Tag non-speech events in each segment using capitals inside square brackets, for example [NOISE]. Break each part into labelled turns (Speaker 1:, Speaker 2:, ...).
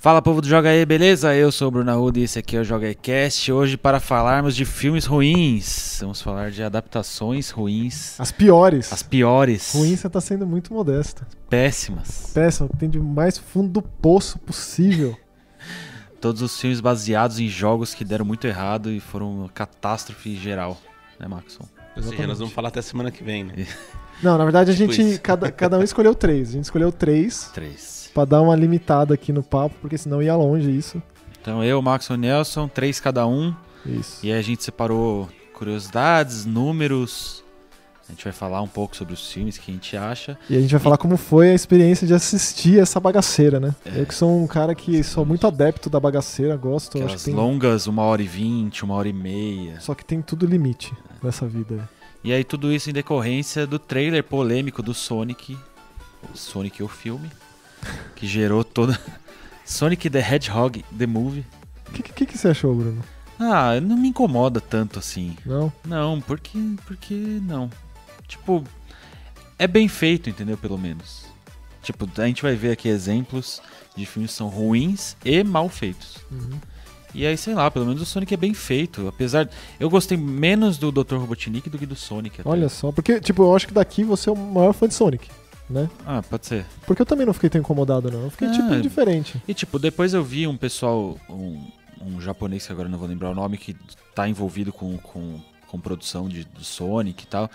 Speaker 1: Fala povo do Joga aí, beleza? Eu sou o Bruno Arruda e esse aqui é o Joga aí Cast. Hoje para falarmos de filmes ruins. Vamos falar de adaptações ruins,
Speaker 2: As piores.
Speaker 1: as piores,
Speaker 2: Ruim você tá sendo muito modesto.
Speaker 1: péssimas.
Speaker 2: Péssimo, tem de mais fundo do poço possível.
Speaker 1: Todos os filmes baseados em jogos que deram muito errado e foram uma catástrofe geral, né, Maxon?
Speaker 3: Ou seja,
Speaker 2: Exatamente.
Speaker 3: nós vamos falar até semana que vem, né?
Speaker 2: Não, na verdade a
Speaker 3: Tipo
Speaker 2: gente.
Speaker 3: isso.
Speaker 2: Cada, cada um escolheu três. A gente escolheu três
Speaker 1: Três.
Speaker 2: pra dar uma limitada aqui no papo, porque senão ia longe isso.
Speaker 1: Então eu, Maxon e Nelson, três cada um.
Speaker 2: Isso.
Speaker 1: E aí a gente separou curiosidades, números. A gente vai falar um pouco sobre os filmes que a gente acha.
Speaker 2: E a gente vai falar como foi a experiência de assistir essa bagaceira, né? Eu que sou um cara que sou muito adepto da bagaceira, gosto. eu Acho
Speaker 1: Aquelas
Speaker 2: que tem,
Speaker 1: longas, uma hora e vinte, uma hora e meia.
Speaker 2: só que tem tudo limite nessa vida.
Speaker 1: E aí tudo isso em decorrência do trailer polêmico do Sonic, o Sonic o filme, que gerou toda [LAUGHS] Sonic the Hedgehog the movie.
Speaker 2: O que, que, que você achou, Bruno?
Speaker 1: Ah, não me incomoda tanto assim.
Speaker 2: Não?
Speaker 1: Não, porque porque não. Tipo, é bem feito, entendeu? Pelo menos. Tipo, a gente vai ver aqui exemplos de filmes que são ruins e mal feitos.
Speaker 2: Uhum.
Speaker 1: E aí, sei lá, pelo menos o Sonic é bem feito. Apesar. Eu gostei menos do Dr. Robotnik do que do Sonic. até.
Speaker 2: Olha só, porque, tipo, eu acho que daqui você é o maior fã de Sonic, né?
Speaker 1: Ah, pode ser.
Speaker 2: Porque eu também não fiquei tão incomodado, não. Eu fiquei,
Speaker 1: Ah,
Speaker 2: tipo,
Speaker 1: é.
Speaker 2: indiferente.
Speaker 1: E tipo, depois eu vi um pessoal, um, um japonês que agora eu não vou lembrar o nome, que tá envolvido com, com, com produção de, do Sonic e tal.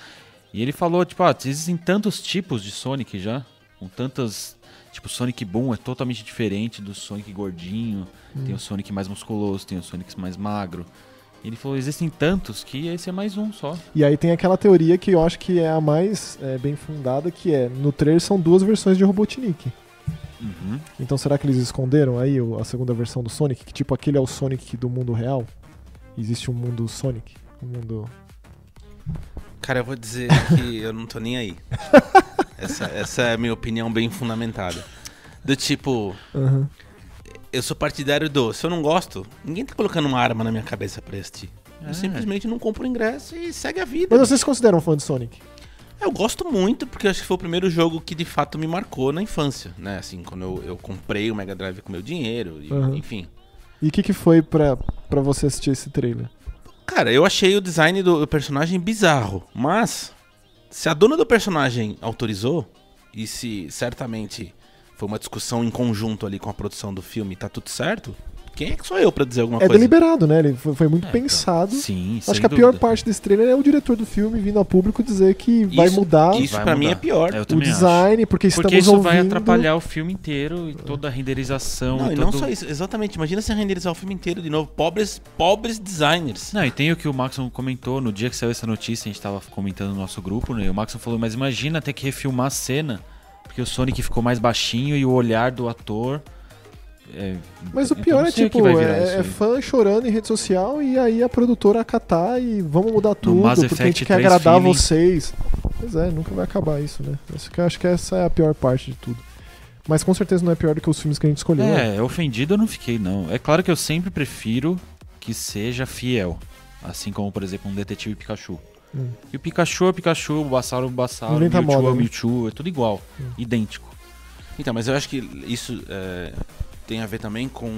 Speaker 1: E ele falou, tipo, ah, existem tantos tipos de Sonic já, com tantas... Tipo, Sonic Boom é totalmente diferente do Sonic gordinho, tem o Sonic mais musculoso, tem o Sonic mais magro. E ele falou, existem tantos que esse é mais um só.
Speaker 2: E aí tem aquela teoria que eu acho que é a mais é, bem fundada, que é, no trailer são duas versões de Robotnik.
Speaker 1: Uhum.
Speaker 2: Então será que eles esconderam aí o- a segunda versão do Sonic? Que, tipo, aquele é o Sonic do mundo real? Existe um mundo Sonic? Um mundo...
Speaker 3: Cara, eu vou [LAUGHS] dizer que eu não tô nem aí. Essa, essa é a minha opinião bem fundamentada. Do tipo,
Speaker 2: Aham.
Speaker 3: eu sou partidário do. Se eu não gosto, ninguém tá colocando uma arma na minha cabeça pra assistir. Eu
Speaker 1: É.
Speaker 3: simplesmente não compro o ingresso e segue a vida.
Speaker 2: Mas vocês se consideram fã de Sonic?
Speaker 3: Eu gosto muito, porque eu acho que foi o primeiro jogo que de fato me marcou na infância, né? Assim, quando eu, eu comprei o Mega Drive com meu dinheiro, e-
Speaker 2: Uhum.
Speaker 3: enfim.
Speaker 2: E o que, que foi pra, pra você assistir esse trailer?
Speaker 3: Cara, eu achei o design do personagem bizarro, mas se a dona do personagem autorizou, e se certamente foi uma discussão em conjunto ali com a produção do filme, tá tudo certo? Quem é que sou eu pra dizer alguma
Speaker 2: É
Speaker 3: coisa?
Speaker 2: deliberado, né? Ele foi, foi muito pensado.
Speaker 1: Sim,
Speaker 2: Acho que a pior parte desse trailer é o diretor do filme vindo ao público dizer que vai
Speaker 3: Isso-
Speaker 2: mudar
Speaker 3: Isso pra mim é pior.
Speaker 2: o design, porque estamos
Speaker 1: Porque isso
Speaker 2: ouvindo...
Speaker 1: vai atrapalhar o filme inteiro e toda a renderização.
Speaker 3: Não,
Speaker 1: e
Speaker 3: e não
Speaker 1: todo-
Speaker 3: só isso, exatamente. Imagina se renderizar o filme inteiro de novo. Pobres, pobres designers.
Speaker 1: Não, e tem o que o Maxon comentou no dia que saiu essa notícia, a gente tava comentando no nosso grupo, né? E o Maxon falou, mas imagina ter que refilmar a cena, porque o Sonic ficou mais baixinho e o olhar do ator. é,
Speaker 2: Mas o
Speaker 1: eu
Speaker 2: pior
Speaker 1: não
Speaker 2: é
Speaker 1: sei o que
Speaker 2: tipo,
Speaker 1: vai virar isso
Speaker 2: é, é
Speaker 1: aí.
Speaker 2: fã chorando em rede social e aí a produtora acatar e vamos mudar tudo,
Speaker 1: Mass
Speaker 2: porque a gente
Speaker 1: Effect
Speaker 2: quer
Speaker 1: 3
Speaker 2: agradar
Speaker 1: feeling.
Speaker 2: vocês. Pois é, nunca vai acabar isso, né? Isso que eu acho que essa é a pior parte de tudo. Mas com certeza não é pior do que os filmes que a gente escolheu. né?
Speaker 1: É, ofendido eu não fiquei, não. É claro que eu sempre prefiro que seja fiel. Assim como, por exemplo, um detetive Pikachu.
Speaker 2: Hum.
Speaker 1: E o Pikachu é o Pikachu, o Bassauro é o Bassauro, o
Speaker 2: Inventa
Speaker 1: Mewtwo
Speaker 2: moda,
Speaker 1: é o
Speaker 2: né? Hum.
Speaker 1: Mewtwo, é tudo igual, idêntico.
Speaker 3: Então, mas eu acho que isso é, tem a ver também com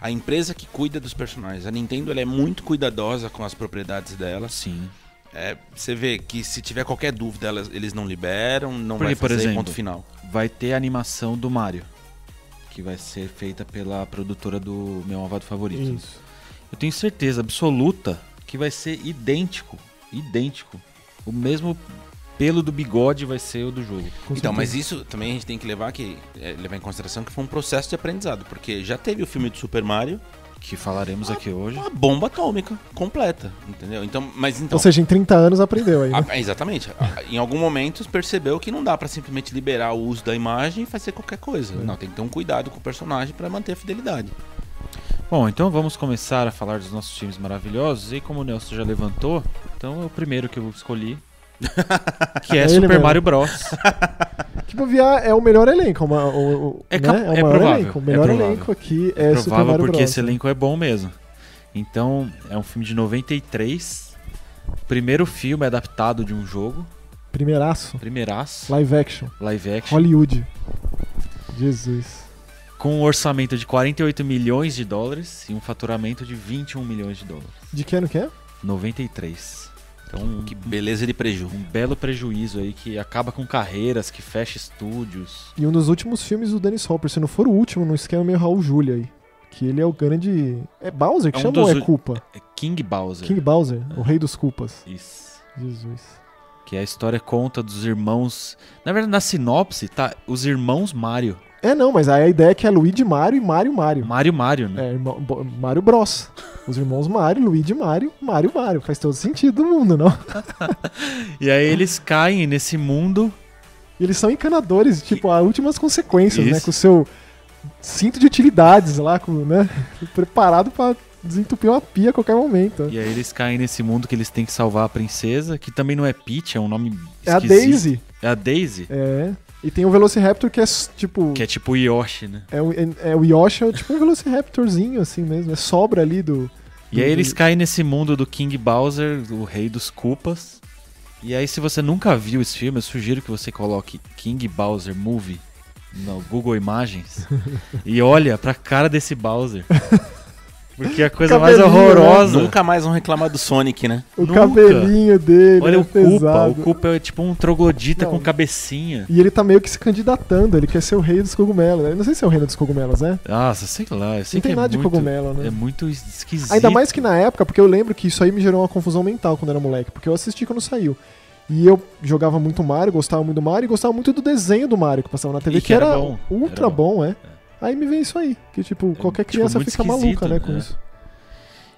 Speaker 3: a empresa que cuida dos personagens. A Nintendo ela é muito cuidadosa com as propriedades dela.
Speaker 1: Sim.
Speaker 3: É, você vê que se tiver qualquer dúvida, elas- eles não liberam, não
Speaker 1: Porque,
Speaker 3: vai
Speaker 1: por
Speaker 3: fazer
Speaker 1: exemplo,
Speaker 3: ponto final.
Speaker 1: vai ter a animação do Mario, que vai ser feita pela produtora do meu avado favorito.
Speaker 2: Isso.
Speaker 1: Eu tenho certeza absoluta que vai ser idêntico, idêntico. O mesmo pelo do bigode vai ser o do jogo.
Speaker 2: com
Speaker 3: Então,
Speaker 2: certeza.
Speaker 3: mas isso também a gente tem que levar que é, levar em consideração que foi um processo de aprendizado, porque já teve o filme do Super Mario,
Speaker 1: Que falaremos aqui hoje.
Speaker 3: uma bomba atômica completa, entendeu? Então, mas então
Speaker 2: Ou seja, em 30 anos aprendeu aí,
Speaker 3: [LAUGHS]
Speaker 2: né?
Speaker 3: a- é, exatamente. A- em algum momento percebeu que não dá pra simplesmente liberar o uso da imagem e fazer qualquer coisa.
Speaker 1: Uhum.
Speaker 3: Não, tem que ter um cuidado com o personagem pra manter a fidelidade.
Speaker 1: Bom, então vamos começar a falar dos nossos times maravilhosos. E como o Nelson já levantou, então é o primeiro que eu
Speaker 2: [LAUGHS]
Speaker 1: escolhi. que é,
Speaker 2: É ele
Speaker 1: Super
Speaker 2: mesmo.
Speaker 1: Mario Bros.
Speaker 2: Tipo, via é o melhor elenco, uma- o, o-
Speaker 1: É
Speaker 2: né?
Speaker 1: cap- é
Speaker 2: o maior
Speaker 1: provável,
Speaker 2: elenco. O
Speaker 1: é
Speaker 2: melhor
Speaker 1: provável.
Speaker 2: elenco aqui é, Super
Speaker 1: provável
Speaker 2: Mario
Speaker 1: porque
Speaker 2: Bros.
Speaker 1: esse elenco é bom mesmo. Então, é um filme de 93. Primeiro filme adaptado de um jogo.
Speaker 2: Primeiraço,
Speaker 1: Primeiraço.
Speaker 2: live action,
Speaker 1: Live action.
Speaker 2: Hollywood. Jesus.
Speaker 1: com um orçamento de 48 milhões de dólares e um faturamento de 21 milhões de dólares.
Speaker 2: De que ano que é?
Speaker 1: 93. Então, um,
Speaker 3: Que beleza de preju.
Speaker 1: um belo prejuízo aí que acaba com carreiras, que fecha estúdios.
Speaker 2: E um dos últimos filmes do Dennis Hopper, se não for o último, num esquema meio Raul Julia aí. Que ele é o grande. É Bowser que
Speaker 1: É um
Speaker 2: chama ou
Speaker 1: dos
Speaker 2: é
Speaker 1: u-
Speaker 2: culpa?
Speaker 1: É King Bowser.
Speaker 2: King Bowser, o rei dos culpas.
Speaker 1: Isso.
Speaker 2: Jesus.
Speaker 1: Que é a história conta dos irmãos. Na verdade, na sinopse, tá os irmãos Mario.
Speaker 2: É, não, mas aí a ideia é que é Luigi Mario e Mario Mario.
Speaker 1: Mario Mario, né?
Speaker 2: É, irmão, Bo- Mario Bros. Os irmãos Mario, Luigi Mario, Mario Mario. Faz todo sentido do mundo, não?
Speaker 1: E aí eles caem nesse mundo.
Speaker 2: E eles são encanadores, tipo, a últimas consequências, né?
Speaker 1: Isso.
Speaker 2: Com o seu cinto de utilidades lá, com, né? [LAUGHS] Preparado pra desentupir uma pia a qualquer momento.
Speaker 1: E aí eles caem nesse mundo que eles têm que salvar a princesa, que também não é Peach, é um nome esquisito.
Speaker 2: É a Daisy.
Speaker 1: É a Daisy,
Speaker 2: É. E tem o Velociraptor que é s- tipo.
Speaker 1: que é tipo Yoshi, né?
Speaker 2: É, um- é- é o Yoshi, é tipo um Velociraptorzinho, assim mesmo. É sobra ali do.
Speaker 1: E aí
Speaker 2: do-
Speaker 1: eles caem nesse mundo do King Bowser, o rei dos culpas. E aí, se você nunca viu esse filme, eu sugiro que você coloque King Bowser Movie no Google
Speaker 2: [LAUGHS]
Speaker 1: Imagens e olha pra cara desse Bowser. Porque é a coisa mais
Speaker 2: Cabelinho, né?
Speaker 1: horrorosa.
Speaker 3: Nunca mais vão reclamar do Sonic, né?
Speaker 2: O
Speaker 1: Nunca.
Speaker 2: cabelinho dele.
Speaker 1: Olha
Speaker 2: é
Speaker 1: o Culpa.
Speaker 2: pesado.
Speaker 1: O Culpa é tipo um troglodita
Speaker 2: Não.
Speaker 1: com cabecinha.
Speaker 2: E ele tá meio que se candidatando, ele quer ser o rei dos cogumelos. Eu não sei se é o rei dos cogumelos, né?
Speaker 1: Nossa, sei lá. Eu sei
Speaker 2: não
Speaker 1: que
Speaker 2: tem
Speaker 1: é
Speaker 2: nada de
Speaker 1: muito,
Speaker 2: cogumelo, né?
Speaker 1: É muito esquisito.
Speaker 2: Ainda mais que na época, porque eu lembro que isso aí me gerou uma confusão mental quando era moleque, porque eu assisti quando saiu. E eu jogava muito Mario, gostava muito do Mario e gostava muito do desenho do Mario que passava na TV,
Speaker 1: E
Speaker 2: que,
Speaker 1: que
Speaker 2: era,
Speaker 1: era bom,
Speaker 2: ultra
Speaker 1: era
Speaker 2: bom.
Speaker 1: bom.
Speaker 2: é. Aí me vem isso aí, que tipo, qualquer
Speaker 1: tipo,
Speaker 2: criança
Speaker 1: muito
Speaker 2: fica maluca,
Speaker 1: esquisito,
Speaker 2: né, com
Speaker 1: é.
Speaker 2: isso.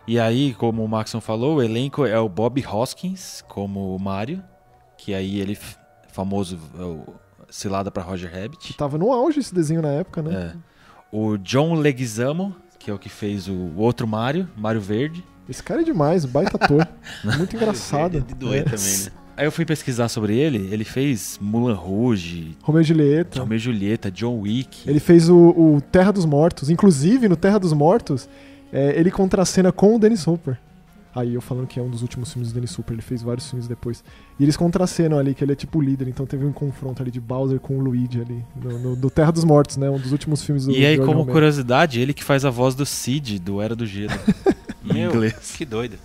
Speaker 1: E aí, como o Maxon falou, o elenco é o Bob Hoskins como o Mario, que aí ele f- famoso é o cilada pra Roger
Speaker 2: Que
Speaker 1: Rabbit.
Speaker 2: tava no auge esse desenho na época, né?
Speaker 1: É. O John Leguizamo, que é o que fez o outro Mario, Mario Verde.
Speaker 2: Esse cara é demais, baita
Speaker 1: [LAUGHS]
Speaker 2: ator. muito engraçado.
Speaker 3: É de doer
Speaker 2: É.
Speaker 3: também, né?
Speaker 1: Aí eu fui pesquisar sobre ele, ele fez Mulan Rouge,
Speaker 2: Romeu e Julieta.
Speaker 1: Romeo e Julieta, John Wick.
Speaker 2: Ele fez o, o Terra dos Mortos. Inclusive, no Terra dos Mortos, é, ele contracena com o Dennis Hopper. Aí eu falando que é um dos últimos filmes do Dennis Hopper, ele fez vários filmes depois. E eles contracenam ali, que ele é tipo o líder, então teve um confronto ali de Bowser com o Luigi ali, no, no- do Terra dos Mortos, né? Um dos últimos filmes do
Speaker 1: E aí,
Speaker 2: George
Speaker 1: como
Speaker 2: Romero.
Speaker 1: curiosidade, ele que faz a voz do Cid, do Era do
Speaker 2: [LAUGHS]
Speaker 1: Gelo, em
Speaker 3: Meu,
Speaker 1: inglês.
Speaker 3: que doido.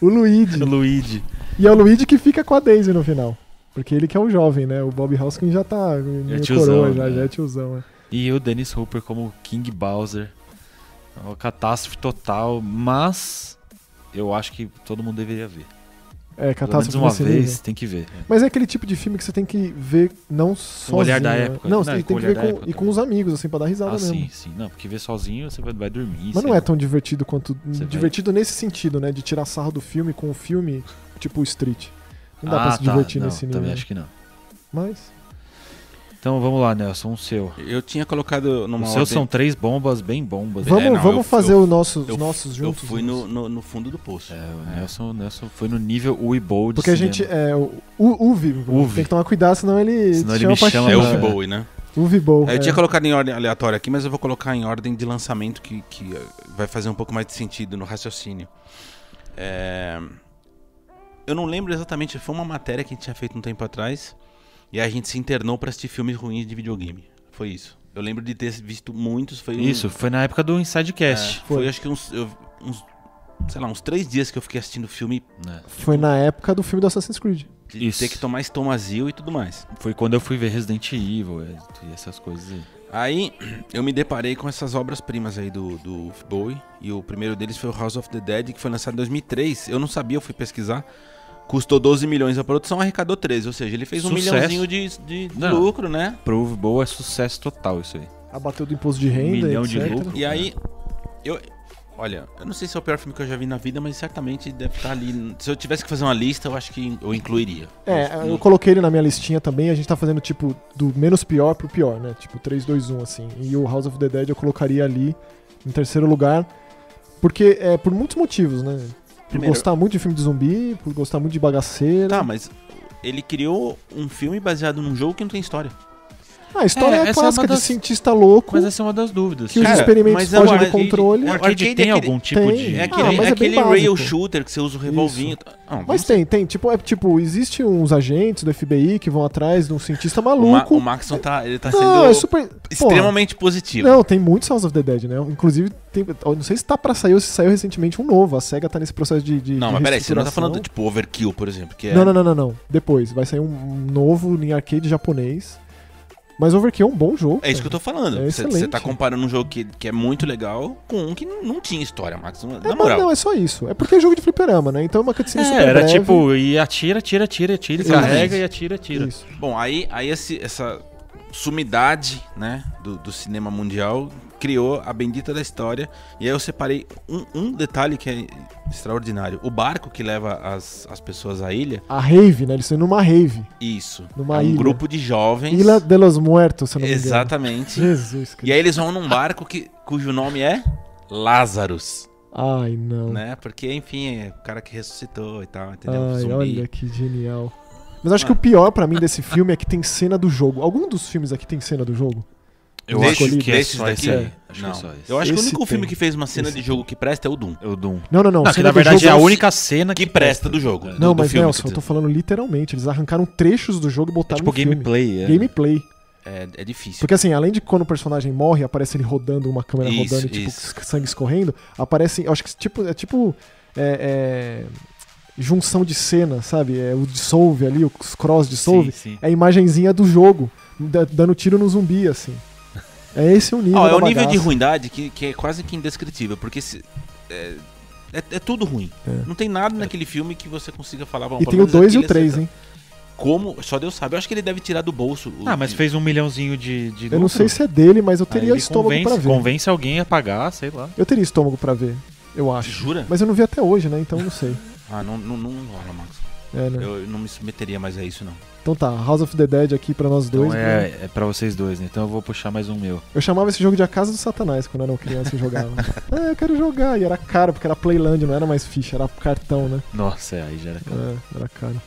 Speaker 2: O Luigi.
Speaker 1: Luigi.
Speaker 2: e é o Luigi que fica com a Daisy no final. Porque ele que é o jovem, né? O Bob Hoskin já tá meio
Speaker 1: tiozão,
Speaker 2: coroa, já,
Speaker 1: né?
Speaker 2: já é tiozão, né?
Speaker 1: E o Dennis Hooper como King Bowser. É uma catástrofe total, mas eu acho que todo mundo deveria ver.
Speaker 2: É,
Speaker 1: Pelo menos
Speaker 2: catástrofe
Speaker 1: uma
Speaker 2: nesse nível.
Speaker 1: vez tem que ver.
Speaker 2: Mas é aquele tipo de filme que você tem que ver não só.
Speaker 1: olhar da época.
Speaker 2: Não,
Speaker 1: Não,
Speaker 2: você
Speaker 1: e
Speaker 2: tem,
Speaker 1: com o
Speaker 2: que
Speaker 1: olhar
Speaker 2: ver
Speaker 1: da
Speaker 2: com,
Speaker 1: época
Speaker 2: e com os amigos, assim, pra dar risada
Speaker 1: Ah,
Speaker 2: mesmo.
Speaker 1: sim, sim. Não, porque ver sozinho você vai, vai dormir.
Speaker 2: Mas
Speaker 1: sei
Speaker 2: não é
Speaker 1: lá.
Speaker 2: tão divertido quanto.
Speaker 1: Você
Speaker 2: divertido nesse sentido, né? De tirar sarro do filme com o filme tipo o Street. Não dá
Speaker 1: ah,
Speaker 2: pra se
Speaker 1: tá,
Speaker 2: divertir né?
Speaker 1: não,
Speaker 2: nesse nível.
Speaker 1: Também acho que não.
Speaker 2: Mas.
Speaker 1: Então vamos lá, Nelson, o seu.
Speaker 3: Eu tinha colocado numa
Speaker 1: Os seus
Speaker 3: ordem-
Speaker 1: são três bombas, bem bombas.
Speaker 2: Vamos,
Speaker 3: É, não,
Speaker 2: vamos
Speaker 3: eu-
Speaker 2: fazer
Speaker 3: eu-
Speaker 2: os nossos,
Speaker 3: eu-
Speaker 2: nossos
Speaker 3: Eu
Speaker 2: juntos. né?
Speaker 3: fui no,
Speaker 2: juntos.
Speaker 3: no, no fundo do poço.
Speaker 1: É, o Nelson, o Nelson foi no nível Uibold.
Speaker 2: Porque a gente. É, o o- Uvi.
Speaker 1: Uvi.
Speaker 2: Tem que tomar cuidado, senão ele.
Speaker 1: Senão
Speaker 2: te
Speaker 1: ele me
Speaker 2: pra
Speaker 1: chama
Speaker 3: É
Speaker 2: chamar.
Speaker 3: o
Speaker 1: pra-
Speaker 3: Bowie, né?
Speaker 2: Uvi Bowl.
Speaker 3: Eu
Speaker 2: é.
Speaker 3: tinha colocado em ordem aleatória aqui, mas eu vou colocar em ordem de lançamento que, que eh, vai fazer um pouco mais de sentido no raciocínio. É, Eu não lembro exatamente, foi uma matéria que a gente tinha feito um tempo atrás e a gente se internou pra assistir filmes ruins de videogame. Foi isso. Eu lembro de ter visto muitos, foi um-
Speaker 1: Isso, foi na época do
Speaker 3: é,
Speaker 1: Insidecast.
Speaker 3: foi acho que uns, eu- uns, sei lá, uns três dias que eu fiquei assistindo filme
Speaker 1: né?
Speaker 2: Foi na época do filme do Assassin's Creed.
Speaker 3: de
Speaker 1: Isso.
Speaker 3: ter que tomar estomazil e tudo mais.
Speaker 1: Foi quando eu fui ver Resident Evil é, e- e essas coisas aí.
Speaker 3: Aí eu me deparei com essas obras-primas aí do, do Bowie. E o primeiro deles foi o House of the Dead, que foi lançado em 2003. Eu não sabia, eu fui pesquisar. Custou 12 milhões a produção, arrecadou 13. Ou seja, ele fez um
Speaker 1: Sucesso.
Speaker 3: milhãozinho de, de- de
Speaker 1: Não.
Speaker 3: lucro, né?
Speaker 1: Pro Boa é sucesso total isso aí.
Speaker 2: Abateu do imposto de renda.
Speaker 1: milhão de
Speaker 2: etc.
Speaker 1: lucro.
Speaker 3: E aí, eu. Olha, eu não sei se é o pior filme que eu já vi na vida, mas certamente deve estar ali. Se eu tivesse que fazer uma lista, eu acho que eu incluiria.
Speaker 2: É, eu coloquei ele na minha listinha também. A gente tá fazendo tipo do menos pior pro pior, né? Tipo 3, 2, 1, assim. E o House of the Dead eu colocaria ali em terceiro lugar. Porque é por muitos motivos, né? Por
Speaker 3: Primeiro-
Speaker 2: gostar muito de filme de zumbi, por gostar muito de bagaceira. Ah,
Speaker 3: Tá, mas ele criou um filme baseado num jogo que não tem história.
Speaker 2: Ah, a história
Speaker 1: É,
Speaker 2: é,
Speaker 1: essa é
Speaker 2: clássica
Speaker 1: uma das-
Speaker 2: de cientista louco
Speaker 1: Mas essa é uma das dúvidas.
Speaker 2: que os
Speaker 3: Cara,
Speaker 2: experimentos
Speaker 3: mas é um
Speaker 2: fogem do
Speaker 3: arcade-
Speaker 2: controle.
Speaker 1: O
Speaker 3: é um
Speaker 1: arcade tem,
Speaker 3: arcade é aquele-
Speaker 1: algum tipo
Speaker 2: tem.
Speaker 1: de.
Speaker 3: É
Speaker 2: Ah,
Speaker 3: aquele,
Speaker 2: mas é
Speaker 3: é
Speaker 2: bem
Speaker 3: aquele
Speaker 2: básico.
Speaker 3: rail shooter que você usa o revolvinho. Ah,
Speaker 2: Mas tem, tem. Tipo, é, tipo, existe uns agentes do FBI que vão atrás de um cientista
Speaker 3: o, Ma
Speaker 2: maluco.
Speaker 3: o Maxon tá, ele tá sendo
Speaker 2: não, é super. Porra,
Speaker 3: extremamente positivo.
Speaker 2: Não, tem muitos House of the Dead, né? Inclusive, tem, eu não sei se tá pra sair ou se saiu recentemente um novo. A SEGA tá nesse processo de. de
Speaker 3: Não,
Speaker 2: de
Speaker 3: mas peraí, você não tá
Speaker 2: reestruturação.
Speaker 3: falando tipo overkill, por exemplo. Que é...
Speaker 2: Não, não, não, não, não. Depois. Vai sair um- um novo em arcade japonês. Mas Overkill é um bom jogo.
Speaker 3: É isso que eu tô falando.
Speaker 2: É
Speaker 3: Você você tá
Speaker 2: excelente.
Speaker 3: comparando um jogo que, que é muito legal com um que não, não tinha história, Max. Na
Speaker 2: é, mas
Speaker 3: moral.
Speaker 2: não, é só isso. É porque é jogo de fliperama, né? Então é uma cutscene super
Speaker 1: É, era
Speaker 2: breve.
Speaker 1: tipo, e atira, atira, atira, atira, e
Speaker 2: Exatamente.
Speaker 1: carrega e atira, atira.
Speaker 2: Isso.
Speaker 3: Bom, aí, aí esse- essa sumidade né, do, do cinema mundial criou a bendita da história. E aí eu separei um, um detalhe que é extraordinário. O barco que leva as, as pessoas à ilha,
Speaker 2: A rave, né? Eles são numa rave.
Speaker 3: isso.
Speaker 2: Numa
Speaker 3: é um
Speaker 2: ilha.
Speaker 3: grupo de jovens.
Speaker 2: Ilha de los Muertos, se eu não me engano. [LAUGHS]
Speaker 3: Exatamente.
Speaker 2: Jesus,
Speaker 3: E
Speaker 2: Cristo.
Speaker 3: aí eles vão num barco que, cujo nome é Lazarus,
Speaker 2: Ai, não.
Speaker 3: né? Porque, enfim, é o cara que ressuscitou e tal, entendeu?
Speaker 2: Ai,
Speaker 3: Zumbi. Ah.
Speaker 2: olha que genial. Mas acho que o pior pra mim desse filme é que tem cena do jogo. Algum dos filmes aqui tem cena do jogo?
Speaker 1: Eu
Speaker 3: Desses-
Speaker 1: acho que é
Speaker 3: desses
Speaker 1: só esse
Speaker 3: daqui?
Speaker 1: aí. Acho que é
Speaker 3: Não.
Speaker 1: só esse.
Speaker 3: Eu acho que o
Speaker 2: Esse
Speaker 3: único filme
Speaker 2: tem.
Speaker 3: que fez uma cena de jogo que presta é o Doom.
Speaker 1: É o Doom.
Speaker 2: Não, não, não.
Speaker 1: Não, que
Speaker 2: cena
Speaker 1: na
Speaker 2: do
Speaker 1: verdade é
Speaker 2: jogo
Speaker 1: a
Speaker 2: um-
Speaker 1: única cena
Speaker 3: Que
Speaker 1: que,
Speaker 3: presta do jogo.
Speaker 1: É.
Speaker 3: do-
Speaker 2: Não,
Speaker 3: do
Speaker 2: mas
Speaker 3: filme,
Speaker 2: Nelson,
Speaker 3: quer
Speaker 2: eu
Speaker 3: dizer.
Speaker 2: tô falando literalmente. Eles arrancaram trechos do jogo
Speaker 1: É
Speaker 2: e botaram
Speaker 1: tipo
Speaker 2: Tá no filme.
Speaker 1: gameplay. É.
Speaker 2: Gameplay.
Speaker 3: É, é difícil.
Speaker 2: Porque assim, além de quando o personagem morre, aparece ele rodando, uma câmera
Speaker 3: Isso,
Speaker 2: rodando e tipo,
Speaker 3: isso.
Speaker 2: s- sangue escorrendo, aparece. eu Acho que tipo, é tipo. é, é, junção de cena, sabe? É o dissolve ali, os cross dissolve.
Speaker 1: Sim, sim.
Speaker 2: É a imagenzinha do jogo, da- dando tiro no zumbi, assim. É esse o nível.
Speaker 3: Ó, é
Speaker 2: da
Speaker 3: um nível de
Speaker 2: bagaça.
Speaker 3: ruindade que, que é quase que indescritível, porque se- é, é- é tudo ruim.
Speaker 2: É.
Speaker 3: Não tem nada naquele filme que você consiga falar. bom,
Speaker 2: E
Speaker 3: pelo
Speaker 2: tem o
Speaker 3: menos
Speaker 2: 2 e o né?
Speaker 3: aquele acerta.
Speaker 2: 3, hein?
Speaker 3: Como? Só Deus sabe. Eu acho que ele deve tirar do bolso. o-
Speaker 1: Ah, mas fez um milhãozinho de. de
Speaker 2: Eu não sei se é dele, mas eu teria estômago
Speaker 1: convence,
Speaker 2: pra ver.
Speaker 1: Convence alguém a pagar, sei lá.
Speaker 2: Eu teria estômago pra ver, eu acho.
Speaker 3: Jura?
Speaker 2: Mas eu não vi até hoje, né? Então eu não
Speaker 3: [LAUGHS]
Speaker 2: sei.
Speaker 3: Ah, não, não, não rola, Max.
Speaker 2: É, né?
Speaker 3: Eu não me submeteria mais a isso, não.
Speaker 2: Então tá, House of the Dead aqui pra nós dois.
Speaker 1: Então
Speaker 2: né?
Speaker 1: é, é pra vocês dois, né? Então eu vou puxar mais um meu.
Speaker 2: Eu chamava esse jogo de A Casa do Satanás quando eu era criança e jogava.
Speaker 1: [LAUGHS]
Speaker 2: é, eu quero jogar. E era caro, porque era Playland, não era mais ficha, era cartão, né?
Speaker 1: Nossa, é, aí já era.
Speaker 2: É, era caro.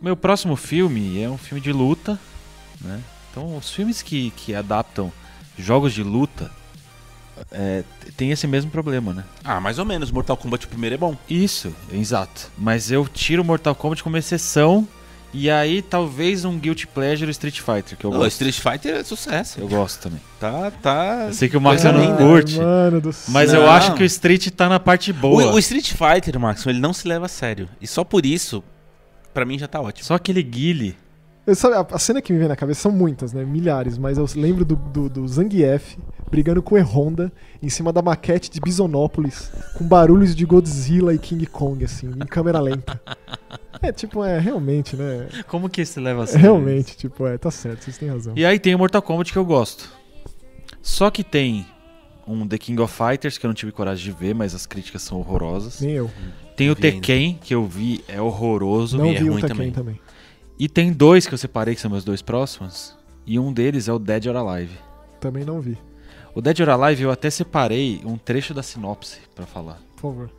Speaker 1: Meu próximo filme é um filme de luta, né? Então os filmes que, que adaptam jogos de luta é, t- tem esse mesmo problema, né?
Speaker 3: Ah, mais ou menos. Mortal Kombat o primeiro é bom.
Speaker 1: Isso, exato. Mas eu tiro Mortal Kombat como exceção e aí talvez um Guilty Pleasure Street Fighter, que eu
Speaker 3: Não,
Speaker 1: gosto.
Speaker 3: Street Fighter é sucesso.
Speaker 1: Eu gosto também.
Speaker 3: Tá, tá.
Speaker 1: Eu sei que o Max
Speaker 3: Coisa
Speaker 1: não
Speaker 3: linda.
Speaker 1: curte,
Speaker 2: Mano do céu.
Speaker 1: mas eu
Speaker 3: Não.
Speaker 1: acho que o Street tá na parte boa.
Speaker 3: O, o Street Fighter, Max, ele não se leva a sério. E só por isso, pra mim já tá ótimo.
Speaker 1: Só aquele guile.
Speaker 2: Eu, sabe, a, a cena que me vem na cabeça são muitas, né? Milhares, mas eu lembro do, do, do Zangief brigando com o E-Honda em cima da maquete de Bisonópolis, com barulhos de Godzilla e King Kong, assim, em câmera lenta. É, tipo, é, realmente, né?
Speaker 1: Como que se leva a sério?
Speaker 2: Realmente, tipo, é, tá certo, vocês têm razão.
Speaker 1: Uhum. E aí tem o Mortal Kombat que eu gosto. Só que tem um The King of Fighters que eu não tive coragem de ver, mas as críticas são horrorosas.
Speaker 2: Nem eu.
Speaker 1: Tem o
Speaker 3: vi ainda.
Speaker 1: Tekken que eu vi, é horroroso.
Speaker 2: Não
Speaker 3: é
Speaker 2: vi o
Speaker 3: ruim
Speaker 2: Tekken
Speaker 3: também.
Speaker 2: também.
Speaker 1: E tem dois que eu separei que são meus dois próximos. E um deles é o Dead or Alive.
Speaker 2: Também não vi.
Speaker 1: O Dead or Alive eu até separei um trecho da sinopse pra falar.
Speaker 2: Por favor.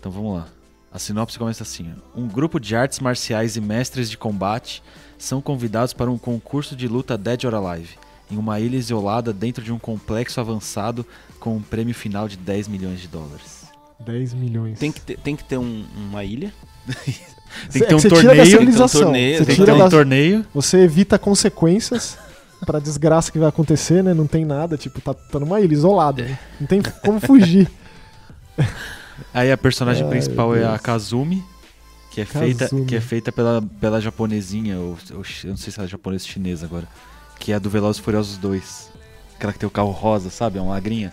Speaker 1: Então vamos lá. A sinopse começa assim: ó. Um grupo de artes marciais e mestres de combate são convidados para um concurso de luta Dead or Alive, em uma ilha isolada dentro de um complexo avançado com um prêmio final de 10 milhões de dólares.
Speaker 2: 10 milhões.
Speaker 3: Tem que ter, tem que ter um- uma ilha.
Speaker 1: Tem que
Speaker 2: É
Speaker 1: ter um
Speaker 2: você tira da
Speaker 1: torneio, tem que ter um
Speaker 2: civilização,
Speaker 3: torneio,
Speaker 2: você
Speaker 1: Tem que
Speaker 2: tira
Speaker 1: ter um
Speaker 2: da-
Speaker 1: torneio.
Speaker 2: Você evita consequências [LAUGHS] pra desgraça que vai acontecer, né? Não tem nada, tipo, tá, tá numa ilha isolada. né? Não tem
Speaker 1: [LAUGHS]
Speaker 2: como fugir.
Speaker 1: Aí a personagem
Speaker 2: Ai,
Speaker 1: principal é a
Speaker 2: Deus.
Speaker 1: Kazumi, que é feita,
Speaker 2: Kazumi.
Speaker 1: que é feita pela, pela japonesinha, ou, ou chi- eu não sei se ela é japonesa ou chinesa agora, que é a do Velozes e Furiosos 2. Aquela que tem o carro rosa, sabe? É uma lagrinha.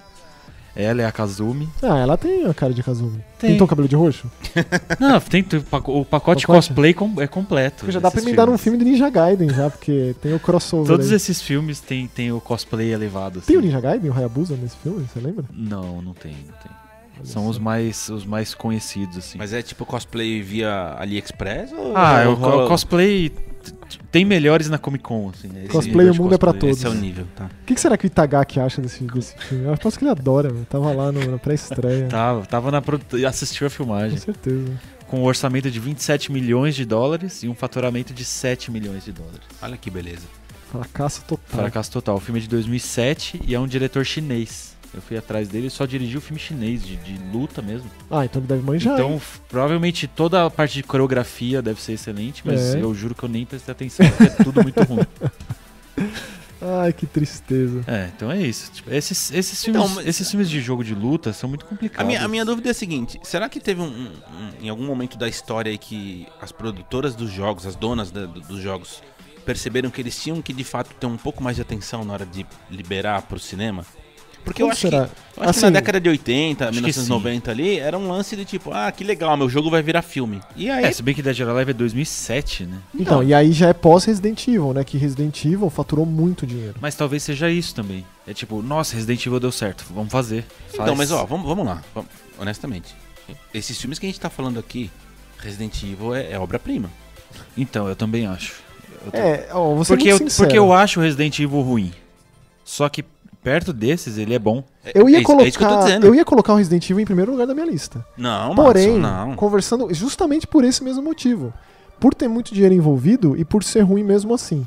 Speaker 1: Ela é a Kazumi.
Speaker 2: Ah, ela tem a cara de Kazumi.
Speaker 1: Tem.
Speaker 2: Pintou o cabelo de roxo?
Speaker 1: [LAUGHS] Não, tem tu- o paco- o pacote
Speaker 2: Então, Pacote?
Speaker 1: cosplay com- é completo.
Speaker 2: Porque já dá pra
Speaker 1: nesses
Speaker 2: emendar um
Speaker 1: filmes.
Speaker 2: filme do Ninja Gaiden já, porque tem o crossover.
Speaker 1: Todos
Speaker 2: aí.
Speaker 1: esses filmes tem, tem o cosplay elevado.
Speaker 2: Tem o
Speaker 1: assim.
Speaker 2: Ninja Gaiden, o Hayabusa nesse filme, você lembra?
Speaker 1: Não, não tem, não tem.
Speaker 2: Olha
Speaker 1: São
Speaker 2: só.
Speaker 1: os mais, os mais conhecidos, assim.
Speaker 3: Mas é tipo cosplay via AliExpress? Ou
Speaker 1: ah, é o, co-
Speaker 3: rola-
Speaker 1: cosplay. t- t- Tem melhores na Comic Con, assim. né? Esse
Speaker 2: Cosplay,
Speaker 1: nível
Speaker 2: o
Speaker 1: de
Speaker 2: mundo é pra
Speaker 1: cosplay.
Speaker 3: Esse é o nível, tá.
Speaker 2: O que, que será que o Itagaki acha desse, desse filme? Eu acho que ele adora, meu. Tava lá no- na pré-estreia.
Speaker 1: Tava, tava na produ- assistiu a
Speaker 2: Com
Speaker 1: filmagem.
Speaker 2: certeza.
Speaker 1: Com um orçamento de 27 milhões de dólares e um faturamento de 7 milhões de dólares.
Speaker 3: Olha que beleza.
Speaker 2: Fracasso total.
Speaker 1: Fracasso total. O filme é de 2007 e é um diretor chinês. Eu fui atrás dele, só dirigiu filme chinês, de, de luta mesmo.
Speaker 2: Ah, então ele deve manjar.
Speaker 1: então,
Speaker 2: hein?
Speaker 1: f- provavelmente toda a parte de coreografia deve ser excelente, mas
Speaker 2: É.
Speaker 1: eu juro que eu nem prestei atenção, porque é tudo muito
Speaker 2: [LAUGHS]
Speaker 1: ruim. Então-
Speaker 2: Ai, que tristeza.
Speaker 1: É, então é isso. Tipo, esses, esses,
Speaker 3: Então,
Speaker 1: filmes,
Speaker 3: mas-
Speaker 1: esses filmes de jogo de luta são muito
Speaker 3: A
Speaker 1: complicados.
Speaker 3: minha, a minha dúvida é a seguinte: será que teve um, um- em algum momento da história aí que as produtoras dos jogos, as donas da- do- dos jogos, perceberam que eles tinham que de fato ter um pouco mais de atenção na hora de liberar pro cinema? Porque eu
Speaker 2: Como
Speaker 3: acho, que,
Speaker 2: será?
Speaker 3: eu acho que na
Speaker 2: Assim,
Speaker 3: década de 80,
Speaker 1: acho que
Speaker 3: 1990 ali, era um lance de tipo, ah, que legal, meu jogo vai virar filme. E aí,
Speaker 1: É, se bem que Dead or Alive é 2007, né?
Speaker 2: Então, e aí já é pós-Resident Evil, né? Que Resident Evil faturou muito dinheiro.
Speaker 1: Mas talvez seja isso também. É tipo, nossa, Resident Evil deu certo, vamos fazer.
Speaker 3: Então, mas ó, vamos, vamos lá, vamos- honestamente. Esses filmes que a gente tá falando aqui, Resident Evil é, é obra-prima.
Speaker 1: Então, eu também acho. Eu tô-
Speaker 2: É, ó, você
Speaker 1: porque, eu,
Speaker 2: sincero.
Speaker 1: porque eu acho o Resident Evil ruim. Só que perto desses ele é bom.
Speaker 3: É-
Speaker 2: Eu
Speaker 3: é
Speaker 2: ia
Speaker 3: isso-
Speaker 2: colocar,
Speaker 3: É isso que eu tô dizendo.
Speaker 2: eu ia colocar o Resident Evil em primeiro lugar da minha lista.
Speaker 3: Não,
Speaker 2: Porém,
Speaker 3: Márcio, não.
Speaker 2: conversando justamente por esse mesmo motivo, por ter muito dinheiro envolvido e por ser ruim mesmo assim.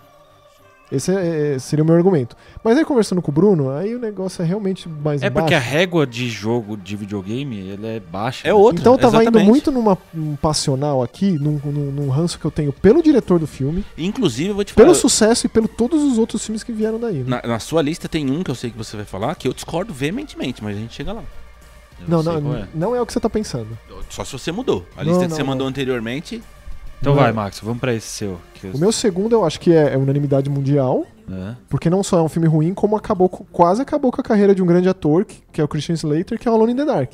Speaker 2: Esse é- é- seria o meu argumento. Mas aí conversando com o Bruno, aí o negócio é realmente mais
Speaker 1: É porque a
Speaker 2: baixo.
Speaker 1: régua de jogo de videogame ela é baixa.
Speaker 3: É
Speaker 1: né?
Speaker 3: outra.
Speaker 2: Então eu tava
Speaker 3: exatamente.
Speaker 2: indo muito numa um passional aqui, num, num, num ranço que eu tenho pelo diretor do filme,
Speaker 3: Inclusive, eu vou te falar.
Speaker 2: pelo sucesso e pelo todos os outros filmes que vieram daí. né?
Speaker 3: Na, na sua lista tem um que eu sei que você vai falar, que eu discordo veementemente, mas a gente chega lá.
Speaker 1: Eu
Speaker 2: Não,
Speaker 1: sei
Speaker 2: não,
Speaker 1: qual é.
Speaker 2: não, é o que você tá pensando.
Speaker 3: Só se você mudou. A
Speaker 2: Não,
Speaker 3: lista que
Speaker 2: não,
Speaker 3: você
Speaker 2: não.
Speaker 3: mandou anteriormente.
Speaker 1: Então
Speaker 2: Não. é.
Speaker 1: vai, Max, vamos pra esse seu. que eu-
Speaker 2: O meu segundo eu acho que é, é unanimidade mundial.
Speaker 1: É.
Speaker 2: Porque não só é um filme ruim, como acabou com- quase acabou com a carreira de um grande ator, que, que é o Christian Slater, que é o Alone in the Dark.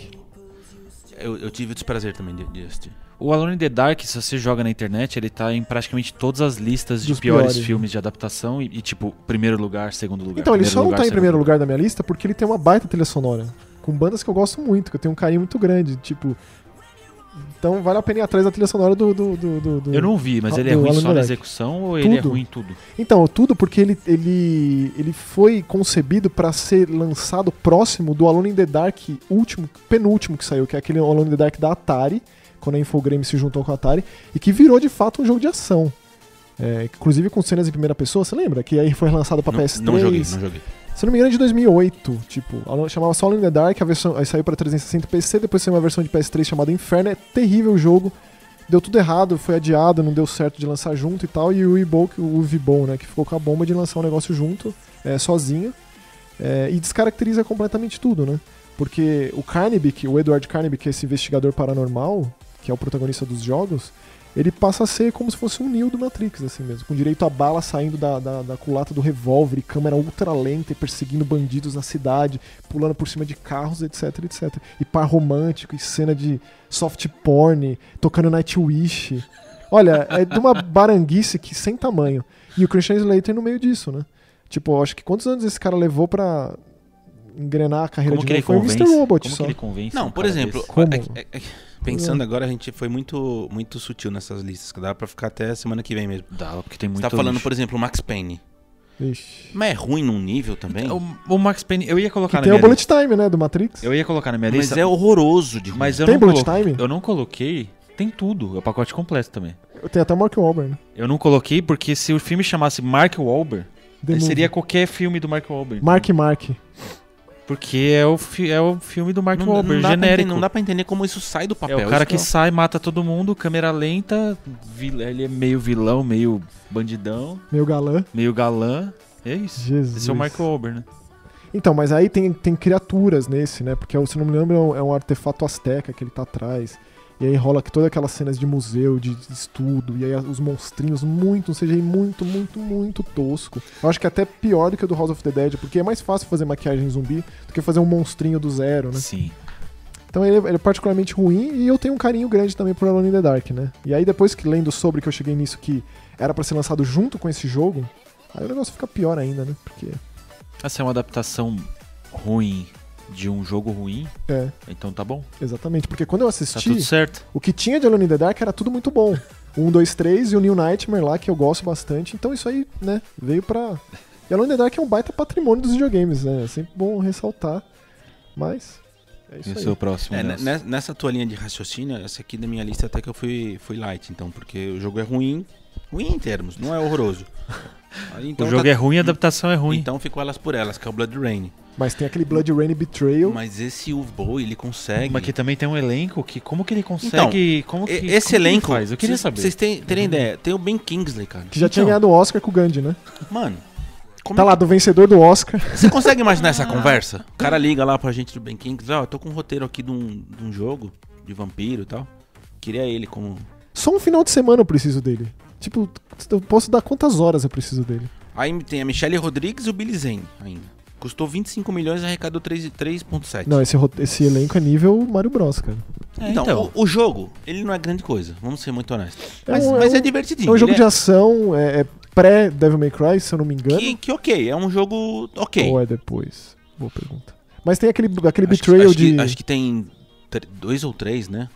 Speaker 3: Eu, eu tive o desprazer também de, de assistir.
Speaker 1: O Alone in the Dark, se você joga na internet, ele tá em praticamente todas as listas de
Speaker 2: Dos
Speaker 1: piores,
Speaker 2: piores, né?
Speaker 1: filmes de adaptação e, e, tipo, primeiro lugar, segundo lugar.
Speaker 2: Então, ele
Speaker 1: primeiro
Speaker 2: só não tá em
Speaker 1: segundo
Speaker 2: primeiro lugar da minha lista porque ele tem uma baita trilha sonora. Com bandas que eu gosto muito, que eu tenho um carinho muito grande. Tipo. Então vale a pena ir atrás da trilha sonora do. do, do, do- do-
Speaker 1: Eu não vi, mas
Speaker 2: Ah,
Speaker 1: ele é
Speaker 2: do
Speaker 1: ruim
Speaker 2: Alan
Speaker 1: só na
Speaker 2: Dark.
Speaker 1: execução ou ele é
Speaker 2: Tudo.
Speaker 1: ruim em tudo?
Speaker 2: Então, tudo porque ele, ele, ele foi concebido pra ser lançado próximo do Alone in the Dark último, penúltimo que saiu, que é aquele Alone in the Dark da Atari, quando a Infogrames se juntou com a Atari, e que virou de fato um jogo de ação. É, inclusive com cenas em primeira pessoa, você lembra? Que aí foi lançado pra
Speaker 3: Não,
Speaker 2: PS3.
Speaker 3: não joguei, não joguei.
Speaker 2: Se não me engano, é de 2008. Tipo, Alone- chamava só Alone in the Dark, a versão, aí saiu pra 360 PC, depois saiu uma versão de PS3 chamada Inferno. É terrível o jogo. Deu tudo errado, foi adiado, não deu certo de lançar junto e tal. E o Ibo, que- o Vibon, né, que ficou com a bomba de lançar um negócio junto, é, sozinho. É, e descaracteriza completamente tudo, né? Porque o Carnaby, o Edward Carnaby, que é esse investigador paranormal, que é o protagonista dos jogos, ele passa a ser como se fosse um Neo do Matrix, assim mesmo, com direito a bala saindo da, da, da culata do revólver, e câmera ultra lenta e perseguindo bandidos na cidade, pulando por cima de carros, etc, etc. E par romântico, e cena de soft porn, tocando Nightwish. Olha, é de uma baranguice que sem tamanho. E o Christian Slater no meio disso, né? Tipo, eu acho que quantos anos esse cara levou pra engrenar a carreira
Speaker 1: Como
Speaker 2: de
Speaker 1: que ele
Speaker 2: novo? Foi o
Speaker 1: convence?
Speaker 2: Mr. Robot
Speaker 1: Como
Speaker 2: só.
Speaker 1: que ele convence?
Speaker 3: Não,
Speaker 1: um
Speaker 3: por
Speaker 1: cara
Speaker 3: exemplo,
Speaker 1: desse?
Speaker 2: Como?
Speaker 3: é- é- é- pensando agora, a gente foi muito, muito sutil nessas listas, que dava pra ficar até semana que vem mesmo.
Speaker 1: Dá, porque tem
Speaker 3: Você
Speaker 1: muito
Speaker 3: tá falando,
Speaker 1: lixo.
Speaker 3: por exemplo, Max Payne.
Speaker 2: Ixi.
Speaker 3: Mas é ruim num nível também?
Speaker 1: O, o Max Payne, eu ia colocar
Speaker 2: Que
Speaker 1: na
Speaker 2: tem
Speaker 1: minha
Speaker 2: o
Speaker 1: lista.
Speaker 2: Bullet Time, né, do Matrix.
Speaker 1: é Eu ia colocar na minha
Speaker 3: Mas
Speaker 1: lista,
Speaker 3: é horroroso de ruim.
Speaker 1: mas eu
Speaker 2: Tem
Speaker 1: não
Speaker 2: Bullet
Speaker 1: colo-
Speaker 2: Time?
Speaker 1: Eu não coloquei, tem tudo, é o pacote completo também.
Speaker 2: Tem até o Mark Wahlberg, né?
Speaker 1: Eu não coloquei porque se o filme chamasse Mark Wahlberg,
Speaker 2: The
Speaker 1: seria
Speaker 2: Movie.
Speaker 1: qualquer filme do Mark Wahlberg.
Speaker 2: Mark Mark.
Speaker 1: Porque é o, fi- é o filme do Mark
Speaker 3: não,
Speaker 1: Wahlberg,
Speaker 3: não dá pra
Speaker 1: genérico.
Speaker 3: entender- não dá pra entender como isso sai do papel.
Speaker 1: É o cara
Speaker 3: isso um
Speaker 1: que sai, mata todo mundo, câmera lenta, vil- ele é meio vilão, meio bandidão,
Speaker 2: Meu galã.
Speaker 1: meio galã. É isso.
Speaker 2: Jesus.
Speaker 1: Esse é o Mark Wahlberg, né?
Speaker 2: Então, mas aí tem, tem criaturas nesse, né? Porque, se não me lembro, é um- é um artefato asteca que ele tá atrás. E aí rola que todas aquelas cenas de museu, de de estudo, e aí os monstrinhos, muito, um CGI muito, muito, muito tosco. Eu acho que é até pior do que o do House of the Dead, porque é mais fácil fazer maquiagem zumbi do que fazer um monstrinho do zero, né?
Speaker 1: Sim.
Speaker 2: Então ele, ele é particularmente ruim e eu tenho um carinho grande também por Alone in the Dark, né? E aí depois que lendo sobre que eu cheguei nisso que era pra ser lançado junto com esse jogo, aí o negócio fica pior ainda, né? Porque
Speaker 1: Essa é uma adaptação ruim de um jogo ruim,
Speaker 2: é,
Speaker 1: então tá bom.
Speaker 2: exatamente, porque quando eu
Speaker 1: Tá
Speaker 2: assisti,
Speaker 1: tudo certo.
Speaker 2: o que tinha de Alone in the Dark era tudo muito bom. Um, dois, três e o New Nightmare lá que eu gosto bastante. Então isso aí, né, veio pra E Alone in the Dark é um baita patrimônio dos videogames, né? É sempre bom ressaltar. Mas é isso
Speaker 1: Esse é
Speaker 2: aí.
Speaker 1: o próximo.
Speaker 3: É,
Speaker 1: né?
Speaker 3: ne- ne- nessa tua linha de raciocínio, essa aqui da minha lista até que eu fui, fui light, então, porque o jogo é ruim, Ruim em termos, não é
Speaker 1: [LAUGHS]
Speaker 3: horroroso. Aí, então
Speaker 1: o jogo
Speaker 3: tá-
Speaker 1: é ruim, a adaptação é ruim.
Speaker 3: Então ficou elas por elas, que é o Blood Rain.
Speaker 2: Mas tem aquele Blood Rain Betrayal.
Speaker 3: Mas esse U-Boy, ele consegue.
Speaker 1: Mas que também tem um elenco que como que ele consegue, como que
Speaker 3: Então, E- Esse
Speaker 1: como que ele
Speaker 3: elenco.
Speaker 1: faz? Eu queria
Speaker 3: cês-
Speaker 1: saber.
Speaker 3: Vocês têm- terem ideia? Tem o Ben Kingsley, cara. Então,
Speaker 2: Que já tinha
Speaker 1: Então. é
Speaker 2: ganhado o Oscar com o Gandhi, né?
Speaker 3: Mano. Como
Speaker 2: Tá lá, do vencedor do Oscar.
Speaker 3: Você consegue
Speaker 1: [LAUGHS]
Speaker 3: imaginar essa conversa? O cara liga lá pra gente do Ben Kingsley, ó, eu tô com um roteiro aqui de um, de um jogo de vampiro e tal. Queria ele como.
Speaker 2: Só um final de semana eu preciso dele. Tipo, eu posso dar quantas horas eu preciso dele.
Speaker 3: Aí tem a Michelle Rodrigues e o Billy Zane ainda. Custou 25 milhões e arrecadou 3 3,7.
Speaker 2: Não, esse, ro- esse elenco é nível Mario Bros, cara.
Speaker 1: É,
Speaker 3: então,
Speaker 1: então.
Speaker 3: O, o jogo, ele não é grande coisa, vamos ser muito honestos.
Speaker 2: É
Speaker 3: Mas,
Speaker 2: um- é
Speaker 3: mas é,
Speaker 2: um-
Speaker 3: divertidinho.
Speaker 2: É um jogo
Speaker 3: ele
Speaker 2: de ação, é, é pré-Devil May Cry, se eu não me engano.
Speaker 3: que, que ok, é um jogo ok.
Speaker 2: né? Ou é depois? Boa pergunta. Mas tem aquele, aquele
Speaker 3: Acho que-
Speaker 2: Betrayal
Speaker 3: acho que,
Speaker 2: de...
Speaker 3: acho que tem tr- dois ou três, né?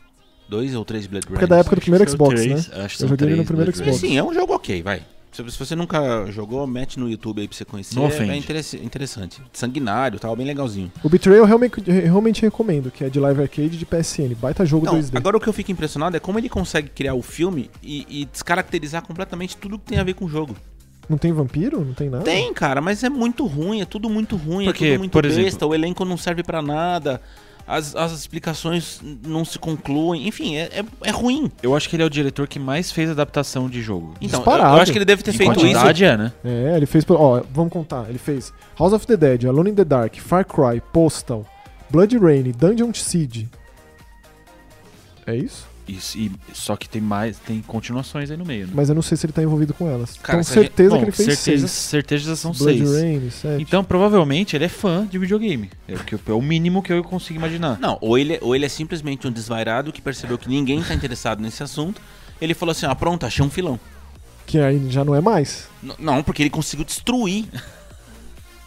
Speaker 3: Dois ou três Blood
Speaker 2: Porque é da
Speaker 3: Rains.
Speaker 2: época do primeiro
Speaker 1: Acho que são
Speaker 2: Xbox,
Speaker 1: três,
Speaker 2: né?
Speaker 1: acho que são
Speaker 2: Eu joguei ele no
Speaker 1: três
Speaker 2: primeiro
Speaker 1: Blood
Speaker 3: Mas
Speaker 2: Xbox.
Speaker 3: sim, é um jogo ok, vai. Se se você nunca jogou, mete no YouTube aí pra você conhecer.
Speaker 1: Não
Speaker 3: é
Speaker 1: ofende.
Speaker 3: interessa- interessante. Sanguinário, tal, bem legalzinho.
Speaker 2: O Betrayal eu realmente, realmente recomendo, que é de Live Arcade e de PSN. Baita jogo
Speaker 3: Então,
Speaker 2: 2D.
Speaker 3: agora o que eu fico impressionado é como ele consegue criar o filme e, e descaracterizar completamente tudo que tem a ver com o jogo.
Speaker 2: Não tem vampiro? Não tem nada?
Speaker 3: Tem, cara, mas é muito ruim, é tudo muito ruim,
Speaker 1: Porque,
Speaker 3: é tudo muito
Speaker 1: por
Speaker 3: besta,
Speaker 1: exemplo-
Speaker 3: o elenco não serve pra nada, as, as explicações não se concluem, enfim, é, é, é ruim.
Speaker 1: Eu acho que ele é o diretor que mais fez adaptação de jogo.
Speaker 3: Então, eu,
Speaker 2: Disparado.
Speaker 3: eu acho que ele deve ter
Speaker 1: Em
Speaker 3: feito isso.
Speaker 1: quantidade é, né?
Speaker 2: É, ele fez... pelo- Ó, vamos contar. Ele fez House of the Dead, Alone in the Dark, Far Cry, Postal, Blood Rain, Dungeon Siege. É isso?
Speaker 1: Isso, e, só que tem mais, tem continuações aí no meio, né?
Speaker 2: Mas eu não sei se ele tá envolvido com elas.
Speaker 3: Cara,
Speaker 2: então,
Speaker 3: se a gente-
Speaker 2: certeza
Speaker 1: Bom,
Speaker 2: que ele fez
Speaker 1: certeza,
Speaker 2: seis.
Speaker 1: certeza são
Speaker 2: Blood
Speaker 1: seis.
Speaker 2: Rain, sete.
Speaker 1: Então, provavelmente, ele é fã de videogame. É o, que eu- é o mínimo que eu consigo imaginar.
Speaker 3: Não, ou ele, ou ele é simplesmente um desvairado que percebeu que ninguém tá interessado nesse assunto. Ele falou assim: ah, pronto, achei um filão.
Speaker 2: Que aí já não é mais.
Speaker 3: N- não, porque ele conseguiu destruir.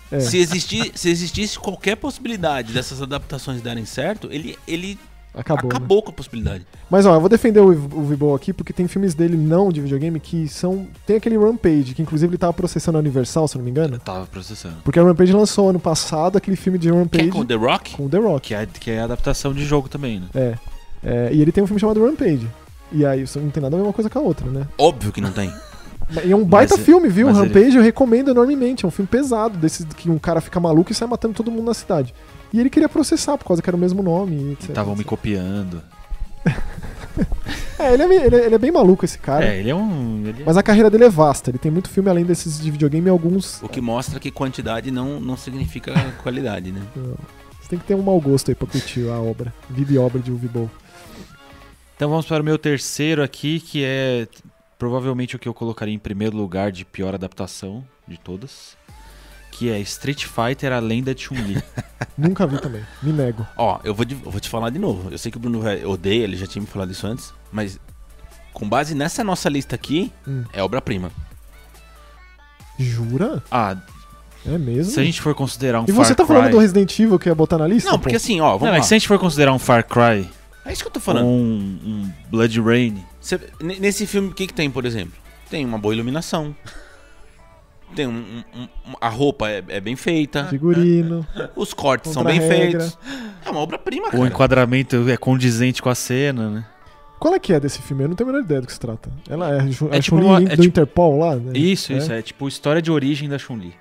Speaker 2: É.
Speaker 3: Se, existir, se existisse qualquer possibilidade dessas adaptações darem certo, ele, ele
Speaker 2: Acabou.
Speaker 3: acabou,
Speaker 2: né?
Speaker 3: com a possibilidade.
Speaker 2: Mas ó, eu vou defender o, Iv- o Vibo aqui, porque tem filmes dele não de videogame que são. Tem aquele Rampage, que inclusive ele tava processando a Universal, se eu não me engano.
Speaker 1: Eu tava processando.
Speaker 2: Porque a Rampage lançou ano passado aquele filme de
Speaker 3: Que
Speaker 2: Rampage
Speaker 3: é com The Rock?
Speaker 2: com o The Rock.
Speaker 1: Que é, que é adaptação de jogo também, né?
Speaker 2: É. É, E ele tem um filme chamado Rampage. E aí, isso não tem nada a ver uma coisa com a outra, né?
Speaker 3: Óbvio que não tem.
Speaker 2: Mas- E é um baita
Speaker 1: Mas-
Speaker 2: filme, viu?
Speaker 1: mas
Speaker 2: Rampage eu recomendo enormemente. É um filme pesado, desses que um cara fica maluco e sai matando todo mundo na cidade. E ele queria processar por causa que era o mesmo nome. e etc,
Speaker 1: Estavam me
Speaker 2: etc.
Speaker 1: copiando.
Speaker 2: É, ele é, meio- ele é- ele é bem maluco esse cara.
Speaker 1: É, ele é um. Ele é-
Speaker 2: Mas a carreira dele é vasta. Ele tem muito filme além desses de videogame e alguns.
Speaker 3: O que mostra que quantidade não, não significa qualidade, né?
Speaker 2: Você tem que ter um mau gosto aí pra curtir a obra. Vida e obra de Uvibol.
Speaker 1: Então vamos para o meu terceiro aqui, que é t- provavelmente o que eu colocaria em primeiro lugar de pior adaptação de todas. Que é Street Fighter, a lenda de
Speaker 2: [LAUGHS]
Speaker 1: Chun-Li.
Speaker 2: Nunca vi também. Me nego.
Speaker 3: Ó, eu vou, de- eu vou te falar de novo. Eu sei que o Bruno vai- odeia, ele já tinha me falado isso antes, mas com base nessa nossa lista aqui,
Speaker 2: Hum.
Speaker 3: é obra-prima.
Speaker 2: Jura?
Speaker 1: ah,
Speaker 2: É mesmo?
Speaker 1: se a gente for considerar um
Speaker 2: E
Speaker 1: Far
Speaker 2: você tá
Speaker 1: Cry...
Speaker 2: falando do Resident Evil que ia botar na lista?
Speaker 3: Não, porque
Speaker 2: pô?
Speaker 3: assim, ó, vamos
Speaker 1: Não, é
Speaker 3: lá.
Speaker 1: que se a gente for considerar um Far Cry,
Speaker 3: É isso que eu tô falando.
Speaker 1: um, um Blood Rain,
Speaker 3: Cê- ne- nesse filme, o que, que tem, por exemplo? Tem uma boa iluminação. Tem um, um- um- a roupa é, é bem
Speaker 2: Ah,
Speaker 3: feita.
Speaker 2: Figurino.
Speaker 3: Os cortes são bem
Speaker 2: Contra-regra.
Speaker 3: feitos. É uma obra-prima,
Speaker 1: o
Speaker 3: cara.
Speaker 1: enquadramento é condizente com a cena, né?
Speaker 2: Qual é que é desse filme? Eu não tenho a menor ideia do que se trata. Ela é, Ju-
Speaker 1: É
Speaker 2: a
Speaker 1: tipo
Speaker 2: Chun-Li
Speaker 1: uma- é
Speaker 2: do
Speaker 1: tipo-
Speaker 2: Interpol lá? Né?
Speaker 1: Isso,
Speaker 2: É?
Speaker 1: isso. É tipo história de origem da Chun-Li.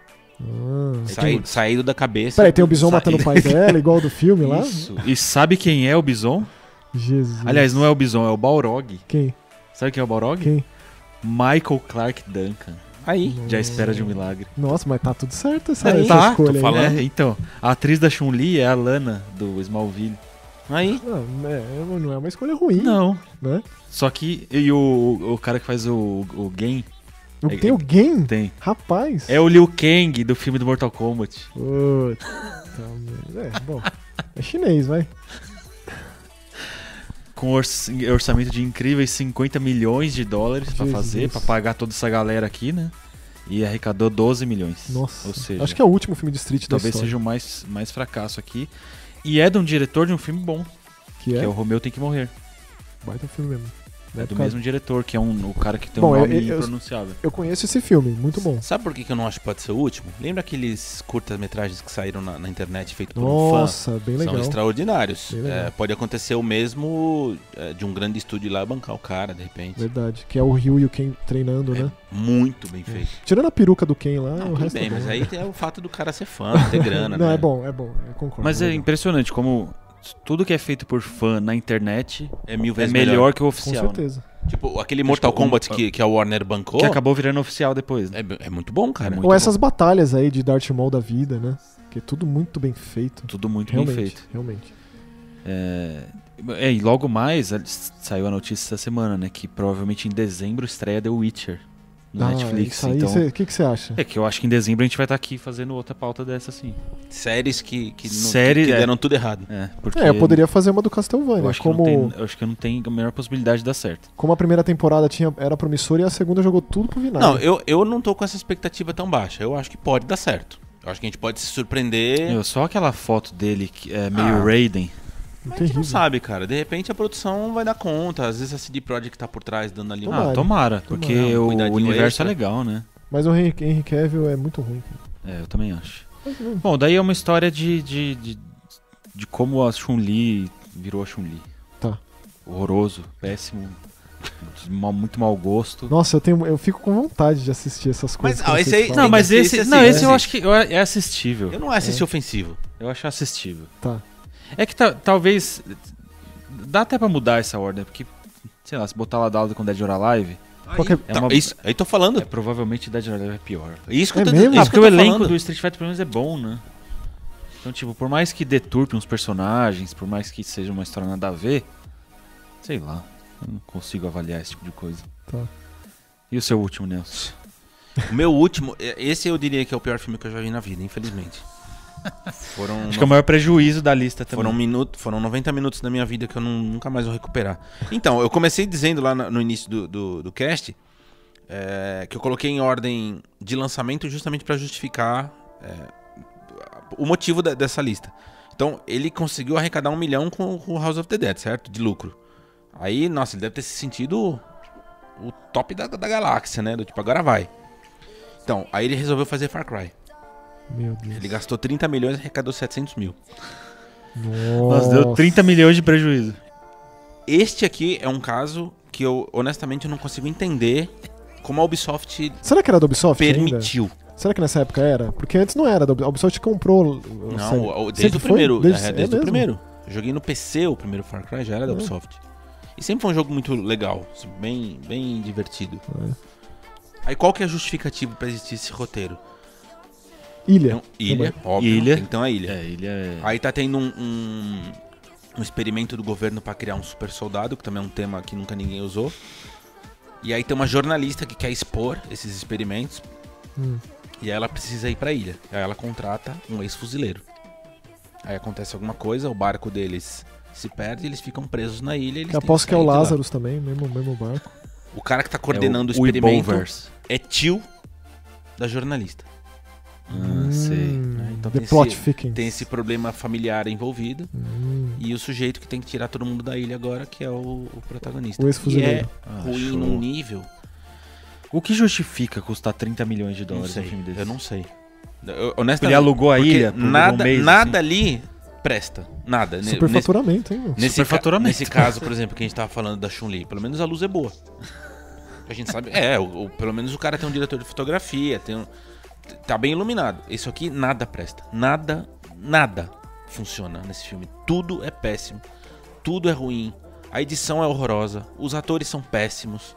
Speaker 2: Ah.
Speaker 3: Sai- É saído da cabeça.
Speaker 2: Peraí, tem o Bison
Speaker 3: Sai-
Speaker 2: matando o pai dela, igual do filme lá?
Speaker 1: Isso. E sabe quem é o Bison?
Speaker 2: Jesus.
Speaker 1: Aliás, não é o Bison, é o Balrog.
Speaker 2: Quem?
Speaker 1: Sabe quem é o Balrog?
Speaker 2: Quem?
Speaker 1: Michael Clark Duncan.
Speaker 3: Aí.
Speaker 2: Hum.
Speaker 1: Já espera de um milagre.
Speaker 2: Nossa, mas tá tudo certo essa,
Speaker 3: Aí,
Speaker 2: essa
Speaker 3: tá,
Speaker 2: escolha
Speaker 3: tô
Speaker 2: aí. né?
Speaker 3: falando.
Speaker 1: É, então, a atriz da Chun-Li é a Lana do Smallville.
Speaker 3: Aí.
Speaker 2: Não, é- não é uma escolha ruim,
Speaker 1: Não.
Speaker 2: né?
Speaker 1: Só que e o, o cara que faz o, o Gen
Speaker 2: Não
Speaker 1: É-
Speaker 2: tem
Speaker 1: é-
Speaker 2: alguém?
Speaker 1: tem.
Speaker 2: Rapaz.
Speaker 1: É o Liu Kang do filme do Mortal Kombat.
Speaker 2: Puta, merda. é, bom. É chinês, vai.
Speaker 1: Com or- orçamento de incríveis 50 milhões de dólares pra
Speaker 2: Jesus.
Speaker 1: fazer, pra pagar toda essa galera aqui, né? E arrecadou 12 milhões.
Speaker 2: Nossa.
Speaker 1: Ou seja,
Speaker 2: Acho que é o último filme de street
Speaker 1: talvez
Speaker 2: da
Speaker 1: seja
Speaker 2: história.
Speaker 1: o mais, mais fracasso aqui. E é de um diretor de um filme bom,
Speaker 2: Que
Speaker 1: que
Speaker 2: é, um
Speaker 1: é o Romeu Tem Que Morrer.
Speaker 2: baita filme mesmo. né,
Speaker 1: É do
Speaker 2: por causa-
Speaker 1: mesmo diretor, que é um, o cara que tem
Speaker 2: Bom,
Speaker 1: um
Speaker 2: eu-
Speaker 1: nome
Speaker 2: eu- eu-
Speaker 1: impronunciável.
Speaker 2: Eu conheço esse filme, muito bom.
Speaker 3: Sabe por que que eu não acho que pode ser o último? Lembra aqueles curtas-metragens que saíram na, na internet feito por um fã?
Speaker 2: Nossa, bem legal.
Speaker 3: São extraordinários.
Speaker 2: Bem legal.
Speaker 3: É, pode acontecer o mesmo é, de um grande estúdio ir lá bancar o cara, de repente.
Speaker 2: Verdade. Que é o Ryu e o Ken treinando, né?
Speaker 3: É muito bem feito.
Speaker 2: Tirando a peruca do Ken lá,
Speaker 3: Não,
Speaker 2: o
Speaker 3: tudo
Speaker 2: resto
Speaker 3: bem,
Speaker 2: é bom.
Speaker 3: mas
Speaker 2: né?
Speaker 3: aí tem o fato do cara ser fã,
Speaker 2: [LAUGHS]
Speaker 3: ter grana,
Speaker 2: Não,
Speaker 3: né?
Speaker 2: é bom, é bom, eu concordo.
Speaker 1: Mas é
Speaker 2: legal.
Speaker 1: impressionante como tudo que é feito por fã na internet
Speaker 3: É mil
Speaker 1: é
Speaker 3: vezes
Speaker 1: melhor,
Speaker 3: melhor.
Speaker 1: que o
Speaker 2: Com
Speaker 1: oficial. né?
Speaker 2: certeza.
Speaker 3: Tipo, aquele Mortal
Speaker 1: Tipo, um-
Speaker 3: Kombat que, que a Warner bancou
Speaker 1: Que acabou virando oficial depois. Né?
Speaker 3: é, é muito bom, cara.
Speaker 1: É muito
Speaker 2: Ou essas batalhas aí de Darth Maul da vida, né? Que é tudo muito bem feito.
Speaker 1: Tudo muito
Speaker 2: realmente,
Speaker 1: bem feito.
Speaker 2: realmente.
Speaker 1: É... é, e logo mais a- saiu a notícia essa semana, né? Que provavelmente em dezembro estreia The Witcher no
Speaker 2: Ah,
Speaker 1: Netflix.
Speaker 2: isso aí,
Speaker 1: então.
Speaker 2: cê- o que que você acha?
Speaker 1: É que eu acho que em dezembro a gente vai estar aqui fazendo outra pauta dessa, assim.
Speaker 3: Séries que, que, não-
Speaker 1: Série,
Speaker 3: que
Speaker 1: é.
Speaker 3: deram tudo errado.
Speaker 1: É, porque
Speaker 2: É, eu poderia fazer uma do Castlevania.
Speaker 1: eu acho,
Speaker 2: como,
Speaker 1: que não tem, eu acho que não tem a menor possibilidade de dar certo.
Speaker 2: como a primeira temporada tinha, era promissora e a segunda jogou tudo pro
Speaker 1: Tá.
Speaker 2: vinagre.
Speaker 3: Não, eu, eu não tô com essa expectativa tão baixa. Eu acho que pode dar certo. Eu acho que a gente pode se surpreender.
Speaker 1: Meu, só aquela foto dele que é meio
Speaker 3: Ah.
Speaker 1: Raiden.
Speaker 3: Mas a gente
Speaker 2: terrível.
Speaker 3: não sabe, cara. De repente a produção vai dar conta. Às vezes a CD Projekt tá por trás dando ali
Speaker 2: Tomara.
Speaker 1: Ah, tomara, porque
Speaker 3: Tomara, um
Speaker 1: o
Speaker 3: cuidadinho
Speaker 1: universo
Speaker 3: extra.
Speaker 1: é legal, né?
Speaker 2: Mas o Henry, Henry Cavill é muito ruim. cara.
Speaker 1: É, eu também acho.
Speaker 2: Mas não-
Speaker 1: Bom, daí é uma história de, de, de, de como a Chun-Li virou a Chun-Li.
Speaker 2: Tá.
Speaker 1: Horroroso, péssimo, de mau- muito mau gosto.
Speaker 2: Nossa, eu, tenho, eu fico com vontade de assistir essas coisas.
Speaker 3: ah,
Speaker 2: quando
Speaker 3: esse
Speaker 2: vocês
Speaker 3: aí-
Speaker 1: Não,
Speaker 2: falam.
Speaker 3: Tem
Speaker 1: mas
Speaker 3: que
Speaker 1: esse,
Speaker 3: assistir,
Speaker 1: não,
Speaker 3: assim,
Speaker 1: esse eu
Speaker 3: assim.
Speaker 1: acho que eu- é assistível.
Speaker 3: Eu não acho esse ofensivo.
Speaker 1: Eu acho assistível.
Speaker 2: Tá.
Speaker 1: É que ta- talvez. Dá até pra mudar essa ordem, porque, sei lá, se botar lá Dalda com Dead or Alive,
Speaker 2: Qual que é-
Speaker 1: É
Speaker 3: Tá,
Speaker 1: uma-
Speaker 3: isso, aí tô falando.
Speaker 1: é, provavelmente Dead or Alive é pior.
Speaker 3: Isso que
Speaker 2: É
Speaker 3: eu tô
Speaker 2: mesmo?
Speaker 1: Ah,
Speaker 3: isso que
Speaker 1: porque o
Speaker 3: eu tô
Speaker 1: elenco
Speaker 3: falando.
Speaker 1: do Street Fighter pelo menos é bom, né? Então, tipo, por mais que deturpe uns personagens, por mais que seja uma história nada a ver, sei lá. Eu não consigo avaliar esse tipo de coisa.
Speaker 2: Tá.
Speaker 1: E o seu último, Nelson?
Speaker 3: O meu último, é- esse eu diria que é o pior filme que eu já vi na vida,
Speaker 1: [LAUGHS]
Speaker 3: infelizmente. Foram,
Speaker 1: Acho que é o maior prejuízo da lista também.
Speaker 3: foram, minuto, foram 90 minutos da minha vida que eu nu- nunca mais vou recuperar. Então, eu comecei dizendo lá na- no início do, do, do cast é, que eu coloquei em ordem de lançamento justamente pra justificar é, o motivo da- dessa lista. Então, ele conseguiu arrecadar um milhão com com o House of the Dead, certo? De lucro. Aí, nossa, ele deve ter se sentido o top da, da galáxia, né? Do tipo, agora vai. Então, aí ele resolveu fazer Far Cry.
Speaker 2: Meu Deus.
Speaker 3: Ele gastou 30 milhões e arrecadou 700 mil.
Speaker 1: Nossa, deu 30 milhões de prejuízo.
Speaker 3: Este aqui é um caso que eu, honestamente, eu não consigo entender como a Ubisoft
Speaker 2: Será que era da Ubisoft ainda?
Speaker 3: permitiu.
Speaker 2: Será que nessa época era? Porque antes não era. da Ubi- A Ubisoft comprou. a série.
Speaker 3: Não, o- o- desde
Speaker 2: Sempre
Speaker 3: o
Speaker 2: foi?
Speaker 3: primeiro.
Speaker 2: Desde-
Speaker 3: é,
Speaker 2: é
Speaker 3: desde
Speaker 2: mesmo?
Speaker 3: o
Speaker 2: Uhum.
Speaker 3: primeiro. Eu joguei no PC o primeiro Far Cry, já era da Ubisoft. E sempre foi um jogo muito legal, bem, bem divertido.
Speaker 2: Uhum.
Speaker 3: Aí qual que é a justificativa pra existir esse roteiro?
Speaker 2: Ilha.
Speaker 3: Então, ilha, óbvio.
Speaker 1: Ilha.
Speaker 3: Então a ilha.
Speaker 1: É, ele é.
Speaker 3: Aí tá tendo um, um- um experimento do governo pra criar um super soldado, que também é um tema que nunca ninguém usou. E aí tem uma jornalista que quer expor esses experimentos
Speaker 2: Hum.
Speaker 3: e aí ela precisa ir pra ilha. Aí ela contrata um ex-fuzileiro. Aí acontece alguma coisa, o barco deles se perde, eles ficam presos na ilha. e Eles
Speaker 2: Eu
Speaker 3: têm
Speaker 2: aposto que é o
Speaker 3: sair de lá.
Speaker 2: Lazarus também, mesmo, mesmo barco.
Speaker 3: O cara que tá coordenando
Speaker 1: é
Speaker 3: o, experimento
Speaker 1: Weeblverse.
Speaker 3: é tio da jornalista.
Speaker 1: Ah, sei.
Speaker 2: Hum,
Speaker 3: Então
Speaker 2: The
Speaker 3: tem
Speaker 2: Plot
Speaker 3: esse-
Speaker 2: Thickens.
Speaker 3: Tem esse problema familiar envolvido.
Speaker 2: Hum,
Speaker 3: E o sujeito que tem que tirar todo mundo da ilha agora, que é o, o protagonista.
Speaker 2: O ex-fuzileiro.
Speaker 3: E
Speaker 1: Ah,
Speaker 3: é ruim
Speaker 1: show. Então
Speaker 3: num nível.
Speaker 1: O que justifica custar 30 milhões de
Speaker 3: Não
Speaker 1: dólares um
Speaker 3: sei.
Speaker 1: filme desse?
Speaker 3: Eu não sei. Eu- honestamente.
Speaker 1: Ele alugou a
Speaker 3: porque
Speaker 1: ilha por
Speaker 3: Nada,
Speaker 1: um mês,
Speaker 3: nada
Speaker 1: assim?
Speaker 3: ali presta. Nada. Ne- nesse-
Speaker 2: Superfaturamento, hein, meu?
Speaker 3: Nesse, ca
Speaker 1: Superfaturamento.
Speaker 3: nesse caso, por exemplo, que a gente tava falando da Chun-Li, pelo menos a luz é boa. A gente sabe. É, o, o- pelo menos o cara tem um diretor de fotografia, tem um. t- Tá bem iluminado. Isso aqui nada presta. Nada, nada funciona nesse filme. Tudo é péssimo. Tudo é ruim. A edição é horrorosa. Os atores são péssimos.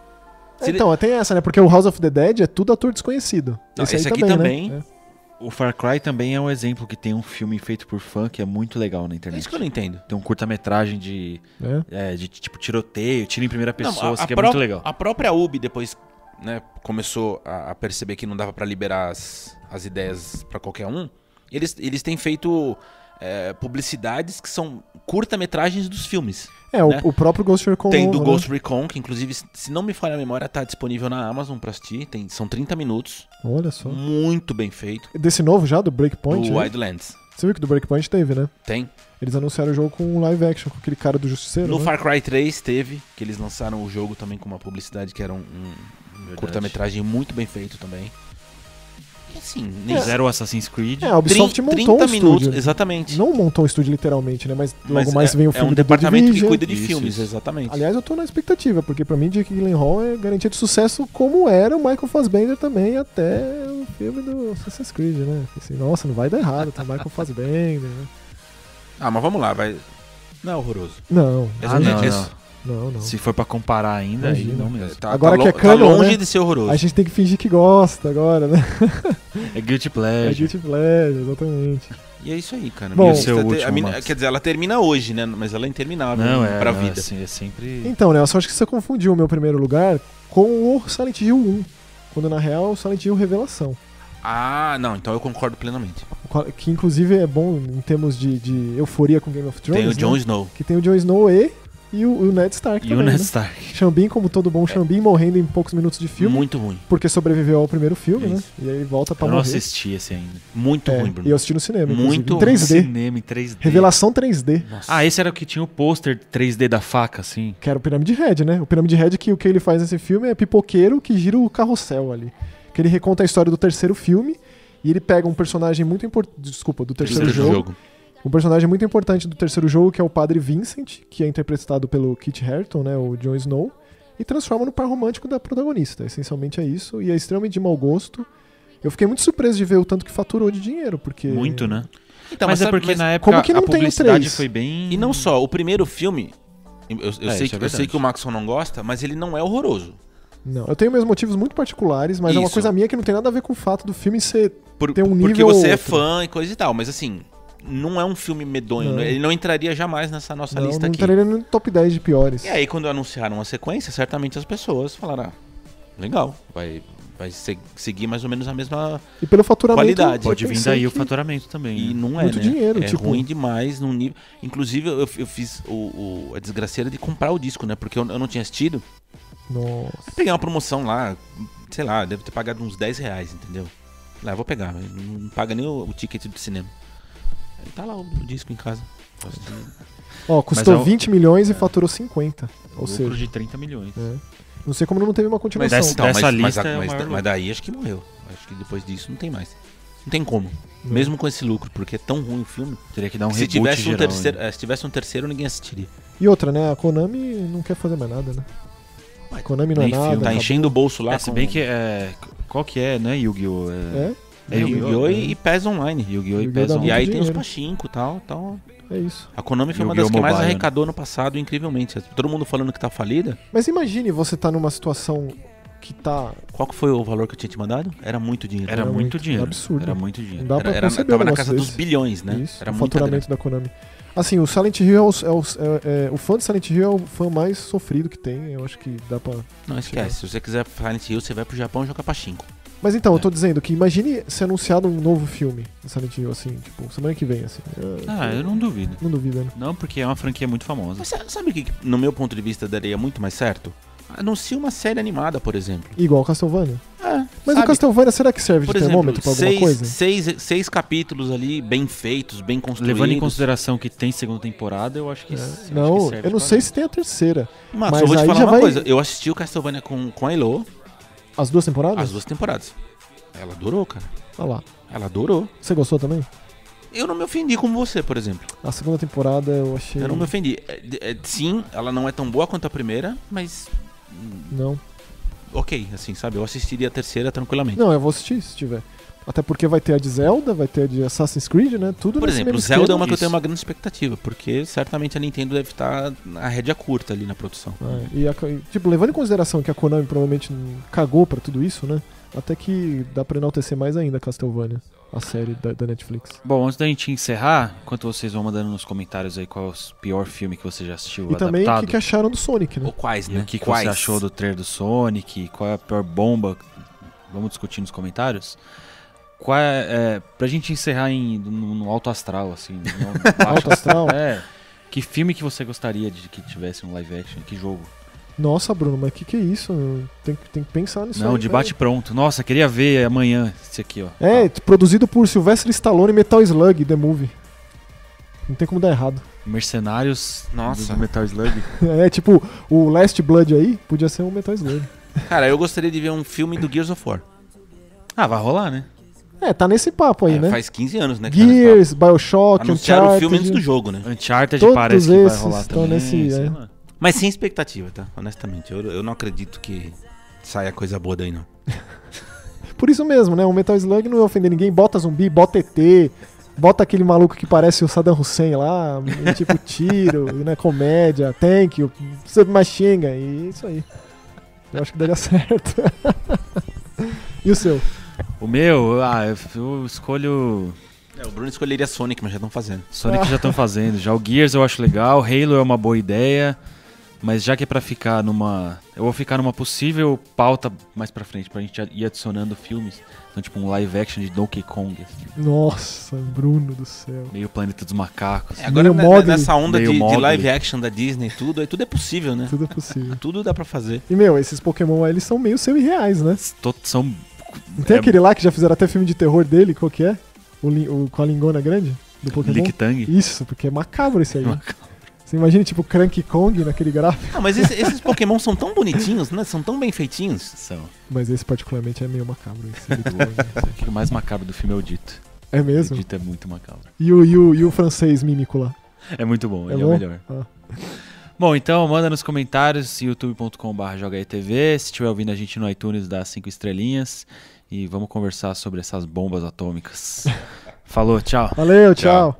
Speaker 3: Se ele-
Speaker 2: Então, tem essa, né? Porque o House of the Dead é tudo ator desconhecido.
Speaker 3: Não,
Speaker 2: esse aí
Speaker 3: esse aqui
Speaker 2: também,
Speaker 3: também.
Speaker 2: né? É.
Speaker 1: O Far Cry também é um exemplo que tem um filme feito por fã que é muito legal na
Speaker 3: é
Speaker 1: internet.
Speaker 3: isso que eu não entendo.
Speaker 1: Tem um curta-metragem de,
Speaker 2: É.
Speaker 1: é, de tipo tiroteio, tiro em primeira pessoa,
Speaker 3: Não,
Speaker 1: isso que é
Speaker 3: pró-
Speaker 1: muito legal.
Speaker 3: A própria UB depois né, começou a, a perceber que não dava pra liberar as, as ideias pra qualquer um. Eles, eles têm feito é, publicidades que são curta-metragens dos filmes.
Speaker 2: É, o,
Speaker 3: né?
Speaker 2: o próprio Ghost Recon né?
Speaker 3: Tem do
Speaker 2: novo,
Speaker 3: Ghost Recon, que inclusive, se- se não me falha a memória, tá disponível na Amazon pra assistir. Tem, são 30 minutos.
Speaker 2: Né? Olha só.
Speaker 3: Muito bem feito.
Speaker 2: Desse novo já, do Breakpoint?
Speaker 3: do
Speaker 2: né?
Speaker 3: Wildlands.
Speaker 2: Você viu que do Breakpoint teve, né?
Speaker 3: Tem.
Speaker 2: Eles anunciaram o jogo com um live action, com aquele cara do Justiceiro.
Speaker 3: No
Speaker 2: né?
Speaker 3: Far Cry 3 teve, que eles lançaram o jogo também com uma publicidade que era um, um
Speaker 1: Verdade.
Speaker 3: curta-metragem muito bem feito também. E assim, nem
Speaker 1: Fizeram o Assassin's Creed.
Speaker 2: É, a Ubisoft
Speaker 3: Trin-
Speaker 2: montou um
Speaker 3: minutos,
Speaker 2: estúdio.
Speaker 3: exatamente.
Speaker 2: Não montou um estúdio literalmente, né? Mas logo
Speaker 3: Mas
Speaker 2: mais
Speaker 3: é,
Speaker 2: vem o
Speaker 3: é
Speaker 2: filme
Speaker 3: um
Speaker 2: do The
Speaker 3: departamento que
Speaker 2: Division.
Speaker 3: cuida de
Speaker 1: Isso,
Speaker 3: filmes,
Speaker 1: isso.
Speaker 3: exatamente.
Speaker 2: Aliás, eu tô na expectativa, porque pra mim Jake Gyllenhaal é garantia de sucesso como era o Michael Fassbender também até o filme do Assassin's Creed, né? Pensei, nossa, não vai dar errado, tá Michael Fassbender, né?
Speaker 3: Ah, mas vamos lá, vai. Não é horroroso.
Speaker 2: Não,
Speaker 1: Ah,
Speaker 3: Esse-
Speaker 1: não,
Speaker 3: esse-
Speaker 1: não.
Speaker 2: não, não.
Speaker 1: Se for pra comparar ainda, aí
Speaker 2: Imagina.
Speaker 1: não mesmo.
Speaker 3: Tá,
Speaker 2: Agora
Speaker 3: é, tá
Speaker 2: que é
Speaker 3: lo-
Speaker 2: canon,
Speaker 3: tá longe
Speaker 2: né?
Speaker 3: de ser horroroso.
Speaker 2: A gente tem que fingir que gosta agora, né?
Speaker 1: É Guilty
Speaker 2: É
Speaker 1: Pleasure.
Speaker 2: [LAUGHS] Guilty Pleasure, exatamente.
Speaker 3: E é isso aí, cara.
Speaker 2: Bom,
Speaker 3: Minha
Speaker 2: E o
Speaker 3: lista
Speaker 1: seu
Speaker 3: te- a
Speaker 1: último,
Speaker 3: mina-
Speaker 1: Max?
Speaker 3: Quer dizer, ela termina hoje, né? Mas ela é interminável
Speaker 1: Não, é.
Speaker 3: pra
Speaker 1: não,
Speaker 3: vida.
Speaker 1: assim, é sempre.
Speaker 2: Então, Nelson, acho que você confundiu o meu primeiro lugar com o Silent Hill 1, quando na real o Silent Hill Revelação.
Speaker 3: Ah, não, então eu concordo plenamente.
Speaker 2: Qual- Que inclusive é bom em termos de, de euforia com Game of Thrones.
Speaker 3: Tem o
Speaker 2: né?
Speaker 3: Jon Snow.
Speaker 2: Que tem o Jon Snow e, e o, o Ned Stark
Speaker 1: E o
Speaker 2: também,
Speaker 1: Ned
Speaker 2: né?
Speaker 1: Stark.
Speaker 2: Xambin, como todo
Speaker 3: É.
Speaker 2: bom Xambin, morrendo em poucos minutos de filme.
Speaker 3: Muito ruim.
Speaker 2: Porque sobreviveu ao primeiro filme, né?
Speaker 3: Isso.
Speaker 2: E aí volta pra
Speaker 1: Eu não
Speaker 2: morrer.
Speaker 1: assisti esse ainda.
Speaker 3: Muito
Speaker 2: É,
Speaker 3: ruim, Bruno.
Speaker 2: e eu assisti no cinema, inclusive,
Speaker 3: Muito
Speaker 2: em 3D.
Speaker 1: Cinema em 3D.
Speaker 2: Revelação 3D.
Speaker 3: Nossa.
Speaker 1: Ah, esse era o que tinha o pôster 3D da faca, assim.
Speaker 2: Que era o Pirâmide Red, né? O Pirâmide Red, que o que ele faz nesse filme é pipoqueiro que gira o carrossel ali. Que ele reconta a história do terceiro filme. E ele pega um personagem muito importante. Desculpa, do terceiro,
Speaker 1: Terceiro
Speaker 2: é jogo. Um personagem muito importante do terceiro jogo, que é o Padre Vincent, que é interpretado pelo Kit Harington, né, o Jon Snow, e transforma no par romântico da protagonista. Essencialmente é isso, e é extremamente de mau gosto. Eu fiquei muito surpreso de ver o tanto que faturou de dinheiro, porque... Tá,
Speaker 1: Muito, né?
Speaker 3: Então,
Speaker 1: mas, é
Speaker 3: sabe-
Speaker 1: porque na época
Speaker 2: como que não
Speaker 1: a
Speaker 2: tem o
Speaker 1: publicidade
Speaker 2: três?
Speaker 1: foi bem.
Speaker 3: E não só, o primeiro filme. Eu, eu
Speaker 1: É,
Speaker 3: sei,
Speaker 1: isso
Speaker 3: que,
Speaker 1: é
Speaker 3: eu sei
Speaker 1: verdade.
Speaker 3: que o Maxon não gosta, mas ele não é horroroso.
Speaker 2: Não, eu tenho meus motivos muito particulares, mas é uma
Speaker 3: Isso.
Speaker 2: coisa minha que não tem nada a ver com o fato do filme ser...
Speaker 3: Por-
Speaker 2: Tem um
Speaker 3: porque
Speaker 2: nível
Speaker 3: você é
Speaker 2: outro.
Speaker 3: fã e coisa e tal, mas assim, não é um filme medonho.
Speaker 2: Não.
Speaker 3: né? Ele não entraria jamais nessa nossa
Speaker 2: não,
Speaker 3: lista
Speaker 2: não
Speaker 3: aqui.
Speaker 2: estaria no top 10 de piores.
Speaker 3: E aí, quando anunciaram a sequência, certamente as pessoas falaram: ah, legal, vai, vai se- seguir mais ou menos a mesma.
Speaker 2: E pelo faturamento...
Speaker 3: Qualidade.
Speaker 2: eu
Speaker 1: Pode vir
Speaker 2: pensei
Speaker 1: daí o
Speaker 2: que-
Speaker 1: faturamento também.
Speaker 3: E
Speaker 1: né?
Speaker 3: não é.
Speaker 2: Muito
Speaker 3: né?
Speaker 2: dinheiro,
Speaker 3: é
Speaker 2: tipo-
Speaker 3: ruim demais num nível. Inclusive, eu, eu fiz o, o- a desgraceira de comprar o disco, né? Porque eu, eu não tinha assistido.
Speaker 2: Nossa.
Speaker 3: Peguei uma promoção lá, sei lá, deve ter pagado uns 10 reais, entendeu? Lá, vou pegar, mas não não paga nem o, o ticket do cinema. Aí Tá lá o, o disco em casa. Posso dizer.
Speaker 2: Ó, custou
Speaker 1: é o-
Speaker 2: 20 milhões e faturou 50. Ou
Speaker 1: Lucro
Speaker 2: seja,
Speaker 1: de 30 milhões.
Speaker 2: é. não sei como não teve uma
Speaker 3: Mas
Speaker 2: continuação.
Speaker 1: dessa-
Speaker 3: então, mas, mas,
Speaker 1: lista é o
Speaker 3: mas,
Speaker 1: maior
Speaker 3: mas daí acho que morreu. Acho que depois disso não tem mais. Não tem como.
Speaker 2: Não.
Speaker 3: Mesmo com esse lucro, porque é tão ruim o filme.
Speaker 1: Teria que dar um
Speaker 3: se,
Speaker 1: reboot
Speaker 3: tivesse um
Speaker 1: geral,
Speaker 3: terceiro,
Speaker 1: né?
Speaker 3: eh, se tivesse um terceiro, ninguém assistiria.
Speaker 2: E outra, né? A Konami não quer fazer mais nada, né?
Speaker 3: Mas
Speaker 2: Konami não é
Speaker 1: nem
Speaker 2: nada.
Speaker 1: filme,
Speaker 3: Tá
Speaker 2: acabou.
Speaker 3: enchendo o bolso lá.
Speaker 1: É, se
Speaker 3: com
Speaker 1: bem que é. Qual que é, né, Yu-Gi-Oh?
Speaker 2: É,
Speaker 1: É, Yu-Gi-Oh!
Speaker 3: Yu-Gi-Oh!
Speaker 1: né?
Speaker 3: e, e PES Online.
Speaker 1: Yu-Gi-Oh! e
Speaker 2: Yu-Gi-Oh!
Speaker 1: PES
Speaker 2: dá
Speaker 1: Online.
Speaker 3: E aí tem os
Speaker 2: dinheiro.
Speaker 3: pachinko e tal, tal.
Speaker 2: é isso.
Speaker 3: A Konami foi uma
Speaker 1: Yu-Gi-Oh!
Speaker 3: das que mais
Speaker 1: Mobile, né?
Speaker 3: arrecadou no passado, incrivelmente. Todo mundo falando que tá falida.
Speaker 2: Mas imagine você tá numa situação que tá.
Speaker 3: Qual que foi o valor que eu tinha te mandado? Era muito dinheiro.
Speaker 1: Era
Speaker 2: Era
Speaker 1: muito
Speaker 2: muito
Speaker 1: dinheiro.
Speaker 2: absurdo.
Speaker 1: Era muito
Speaker 2: Não
Speaker 1: dinheiro.
Speaker 2: dá
Speaker 3: Era-
Speaker 2: pra
Speaker 3: era-
Speaker 2: conceber
Speaker 3: tava
Speaker 2: um
Speaker 3: na
Speaker 2: negócio
Speaker 3: casa dos
Speaker 2: desse.
Speaker 3: bilhões, né?
Speaker 2: Isso,
Speaker 3: Era
Speaker 2: o
Speaker 3: muita grana.
Speaker 2: faturamento da Konami. Assim, o Silent Hill é o, é o- é- é- o fã de Silent Hill é o fã mais sofrido que tem. Eu acho que dá pra.
Speaker 3: Não esquece, se você quiser Silent Hill, você vai pro Japão jogar pachinko.
Speaker 2: Mas então, eu
Speaker 3: É.
Speaker 2: tô dizendo que imagine ser anunciado um novo filme do Silent Hill, assim, tipo, semana que vem, assim.
Speaker 1: Ah, eu não duvido.
Speaker 2: Não duvido, né?
Speaker 1: Não, porque é uma franquia muito famosa.
Speaker 3: Mas sa- sabe o que, que, no meu ponto de vista, daria muito mais certo? Anuncia uma série animada, por exemplo.
Speaker 2: Igual Castlevania.
Speaker 3: Ah,
Speaker 2: É, Mas
Speaker 3: sabe?
Speaker 2: o Castlevania, será que serve
Speaker 3: por
Speaker 2: de
Speaker 3: exemplo,
Speaker 2: termômetro pra alguma
Speaker 3: seis,
Speaker 2: coisa?
Speaker 3: Seis, seis capítulos ali, bem feitos, bem construídos.
Speaker 1: Levando em consideração que tem segunda temporada, eu acho que.
Speaker 2: É.
Speaker 1: acho que
Speaker 2: Não,
Speaker 1: serve
Speaker 2: eu não
Speaker 1: pra-
Speaker 2: sei se tem a terceira.
Speaker 3: Mas,
Speaker 2: Mas
Speaker 3: eu vou te
Speaker 2: aí
Speaker 3: falar
Speaker 2: já
Speaker 3: uma
Speaker 2: vai-
Speaker 3: coisa. Eu assisti o Castlevania com, com a Elo,
Speaker 2: As duas temporadas?
Speaker 3: as duas temporadas. Ela durou, cara.
Speaker 2: Olha lá.
Speaker 3: Ela durou.
Speaker 2: Você gostou também?
Speaker 3: Eu não me ofendi como você, por exemplo.
Speaker 2: A segunda temporada eu achei.
Speaker 3: Eu não me ofendi. É, é, sim, ela não é tão boa quanto a primeira, mas
Speaker 2: Não.
Speaker 3: ok, assim, sabe? Eu assistiria a terceira tranquilamente.
Speaker 2: Não, eu vou assistir se tiver. Até porque vai ter a de Zelda, vai ter a de Assassin's Creed, né? Tudo
Speaker 3: Por
Speaker 2: nesse
Speaker 3: exemplo,
Speaker 2: mesmo
Speaker 3: o Zelda é uma que eu
Speaker 1: Isso.
Speaker 3: tenho uma grande expectativa, porque certamente a Nintendo deve estar na rédea curta ali na produção.
Speaker 2: esquema. É, e a- e, tipo, levando em consideração que a Konami provavelmente n- cagou pra tudo isso, né? Até que dá pra enaltecer mais ainda Castlevania, a série da, da Netflix.
Speaker 1: Bom, antes da gente encerrar, enquanto vocês vão mandando nos comentários aí qual é o pior filme que você já assistiu
Speaker 2: E também o
Speaker 1: adaptado.
Speaker 2: que, que acharam do
Speaker 1: [LAUGHS]
Speaker 2: Sonic, né?
Speaker 3: Ou quais,
Speaker 1: Uhum. E
Speaker 3: né?
Speaker 1: o que, que
Speaker 3: quais?
Speaker 1: você achou do trailer do Sonic? Qual é a pior bomba? Vamos discutir nos comentários. Qual é, é, pra gente encerrar em, no, no alto astral, assim. No
Speaker 3: [LAUGHS]
Speaker 2: Alto Astral.
Speaker 1: É. Que filme que você gostaria de que tivesse um live action? Que jogo?
Speaker 2: Nossa, Bruno, mas o que, que é isso? Tem, que- tem que pensar nisso.
Speaker 1: Não,
Speaker 2: aí,
Speaker 1: de
Speaker 2: peraí.
Speaker 1: bate pronto. Nossa, queria ver amanhã esse aqui, ó.
Speaker 2: É, produzido por Sylvester Stallone e Metal Slug, The Movie. Não tem como dar errado.
Speaker 1: Mercenários
Speaker 3: Nossa.
Speaker 1: do Metal Slug.
Speaker 2: É tipo, o Last Blood aí podia ser um Metal Slug.
Speaker 3: Cara, eu gostaria de ver um filme do Gears of War.
Speaker 1: Ah, vai rolar, né?
Speaker 2: É, tá nesse papo aí,
Speaker 3: É,
Speaker 2: né?
Speaker 3: Faz 15 anos, né? que tá nesse papo.
Speaker 2: Gears, Bioshock,
Speaker 3: Anunciaram o filme antes
Speaker 2: Uncharted.
Speaker 3: do jogo, né?
Speaker 1: Uncharted
Speaker 2: Todos
Speaker 1: parece que vai
Speaker 2: esses
Speaker 1: rolar
Speaker 2: estão
Speaker 1: também.
Speaker 2: nesse-
Speaker 1: sei
Speaker 2: é.
Speaker 1: lá.
Speaker 3: Mas sem expectativa, tá? Honestamente, eu, eu não acredito que saia coisa boa daí, não.
Speaker 2: Por isso mesmo, né? O Metal Slug não ia ofender ninguém. Bota zumbi, bota ET, bota aquele maluco que parece o Saddam Hussein lá, e,
Speaker 3: [LAUGHS]
Speaker 2: tipo tiro, e, né? Comédia, thank you, submachine gun, e é isso aí. Eu acho que daria [LAUGHS] certo. e o seu?
Speaker 1: O meu, ah, eu- eu escolho
Speaker 3: É, o Bruno escolheria Sonic, mas já estão fazendo.
Speaker 1: Sonic já estão fazendo. Já o Gears eu acho legal, Halo é uma boa ideia, mas já que é pra ficar numa, eu vou ficar numa possível pauta mais pra frente pra gente ir adicionando filmes, então tipo um live action de Donkey Kong, assim,
Speaker 2: Nossa, Bruno do céu.
Speaker 1: meio Planeta dos Macacos.
Speaker 3: É, agora
Speaker 2: Meio
Speaker 3: né,
Speaker 2: Mogli.
Speaker 3: nessa onda de,
Speaker 1: Meio
Speaker 3: de
Speaker 1: Mogli.
Speaker 3: live action da Disney e tudo, aí tudo é possível, né?
Speaker 2: Tudo é possível.
Speaker 3: Tudo dá pra fazer.
Speaker 2: E, meu, esses Pokémon aí, eles são meio semi-reais, né?
Speaker 1: Tô- são
Speaker 2: Não tem
Speaker 1: É-
Speaker 2: aquele lá que já fizeram até filme de terror dele? Qual que é? O, lin- o- com a lingona grande? Do Pokémon?
Speaker 1: Lictang.
Speaker 2: Isso, porque é macabro esse aí. né? Você imagina, tipo, Cranky Kong naquele gráfico.
Speaker 3: Não, Ah, mas esse- esses Pokémon são tão bonitinhos, né? São tão bem feitinhos.
Speaker 1: São.
Speaker 2: Mas esse, particularmente, é meio macabro. Esse Cranky Kong. [LAUGHS]
Speaker 1: O que mais macabro do filme é o Dito.
Speaker 2: é
Speaker 1: O
Speaker 2: mesmo?
Speaker 1: Dito é muito macabro.
Speaker 2: E o, e o, e o francês mímico lá?
Speaker 1: É muito bom,
Speaker 2: É
Speaker 1: ele
Speaker 2: bom?
Speaker 1: é o melhor.
Speaker 2: Ah.
Speaker 1: Bom, então manda nos comentários youtube.com.br jogaetv, se estiver ouvindo a gente no iTunes dá cinco estrelinhas
Speaker 2: [LAUGHS]
Speaker 1: e vamos conversar sobre essas bombas atômicas. Falou, tchau.
Speaker 2: Valeu, tchau.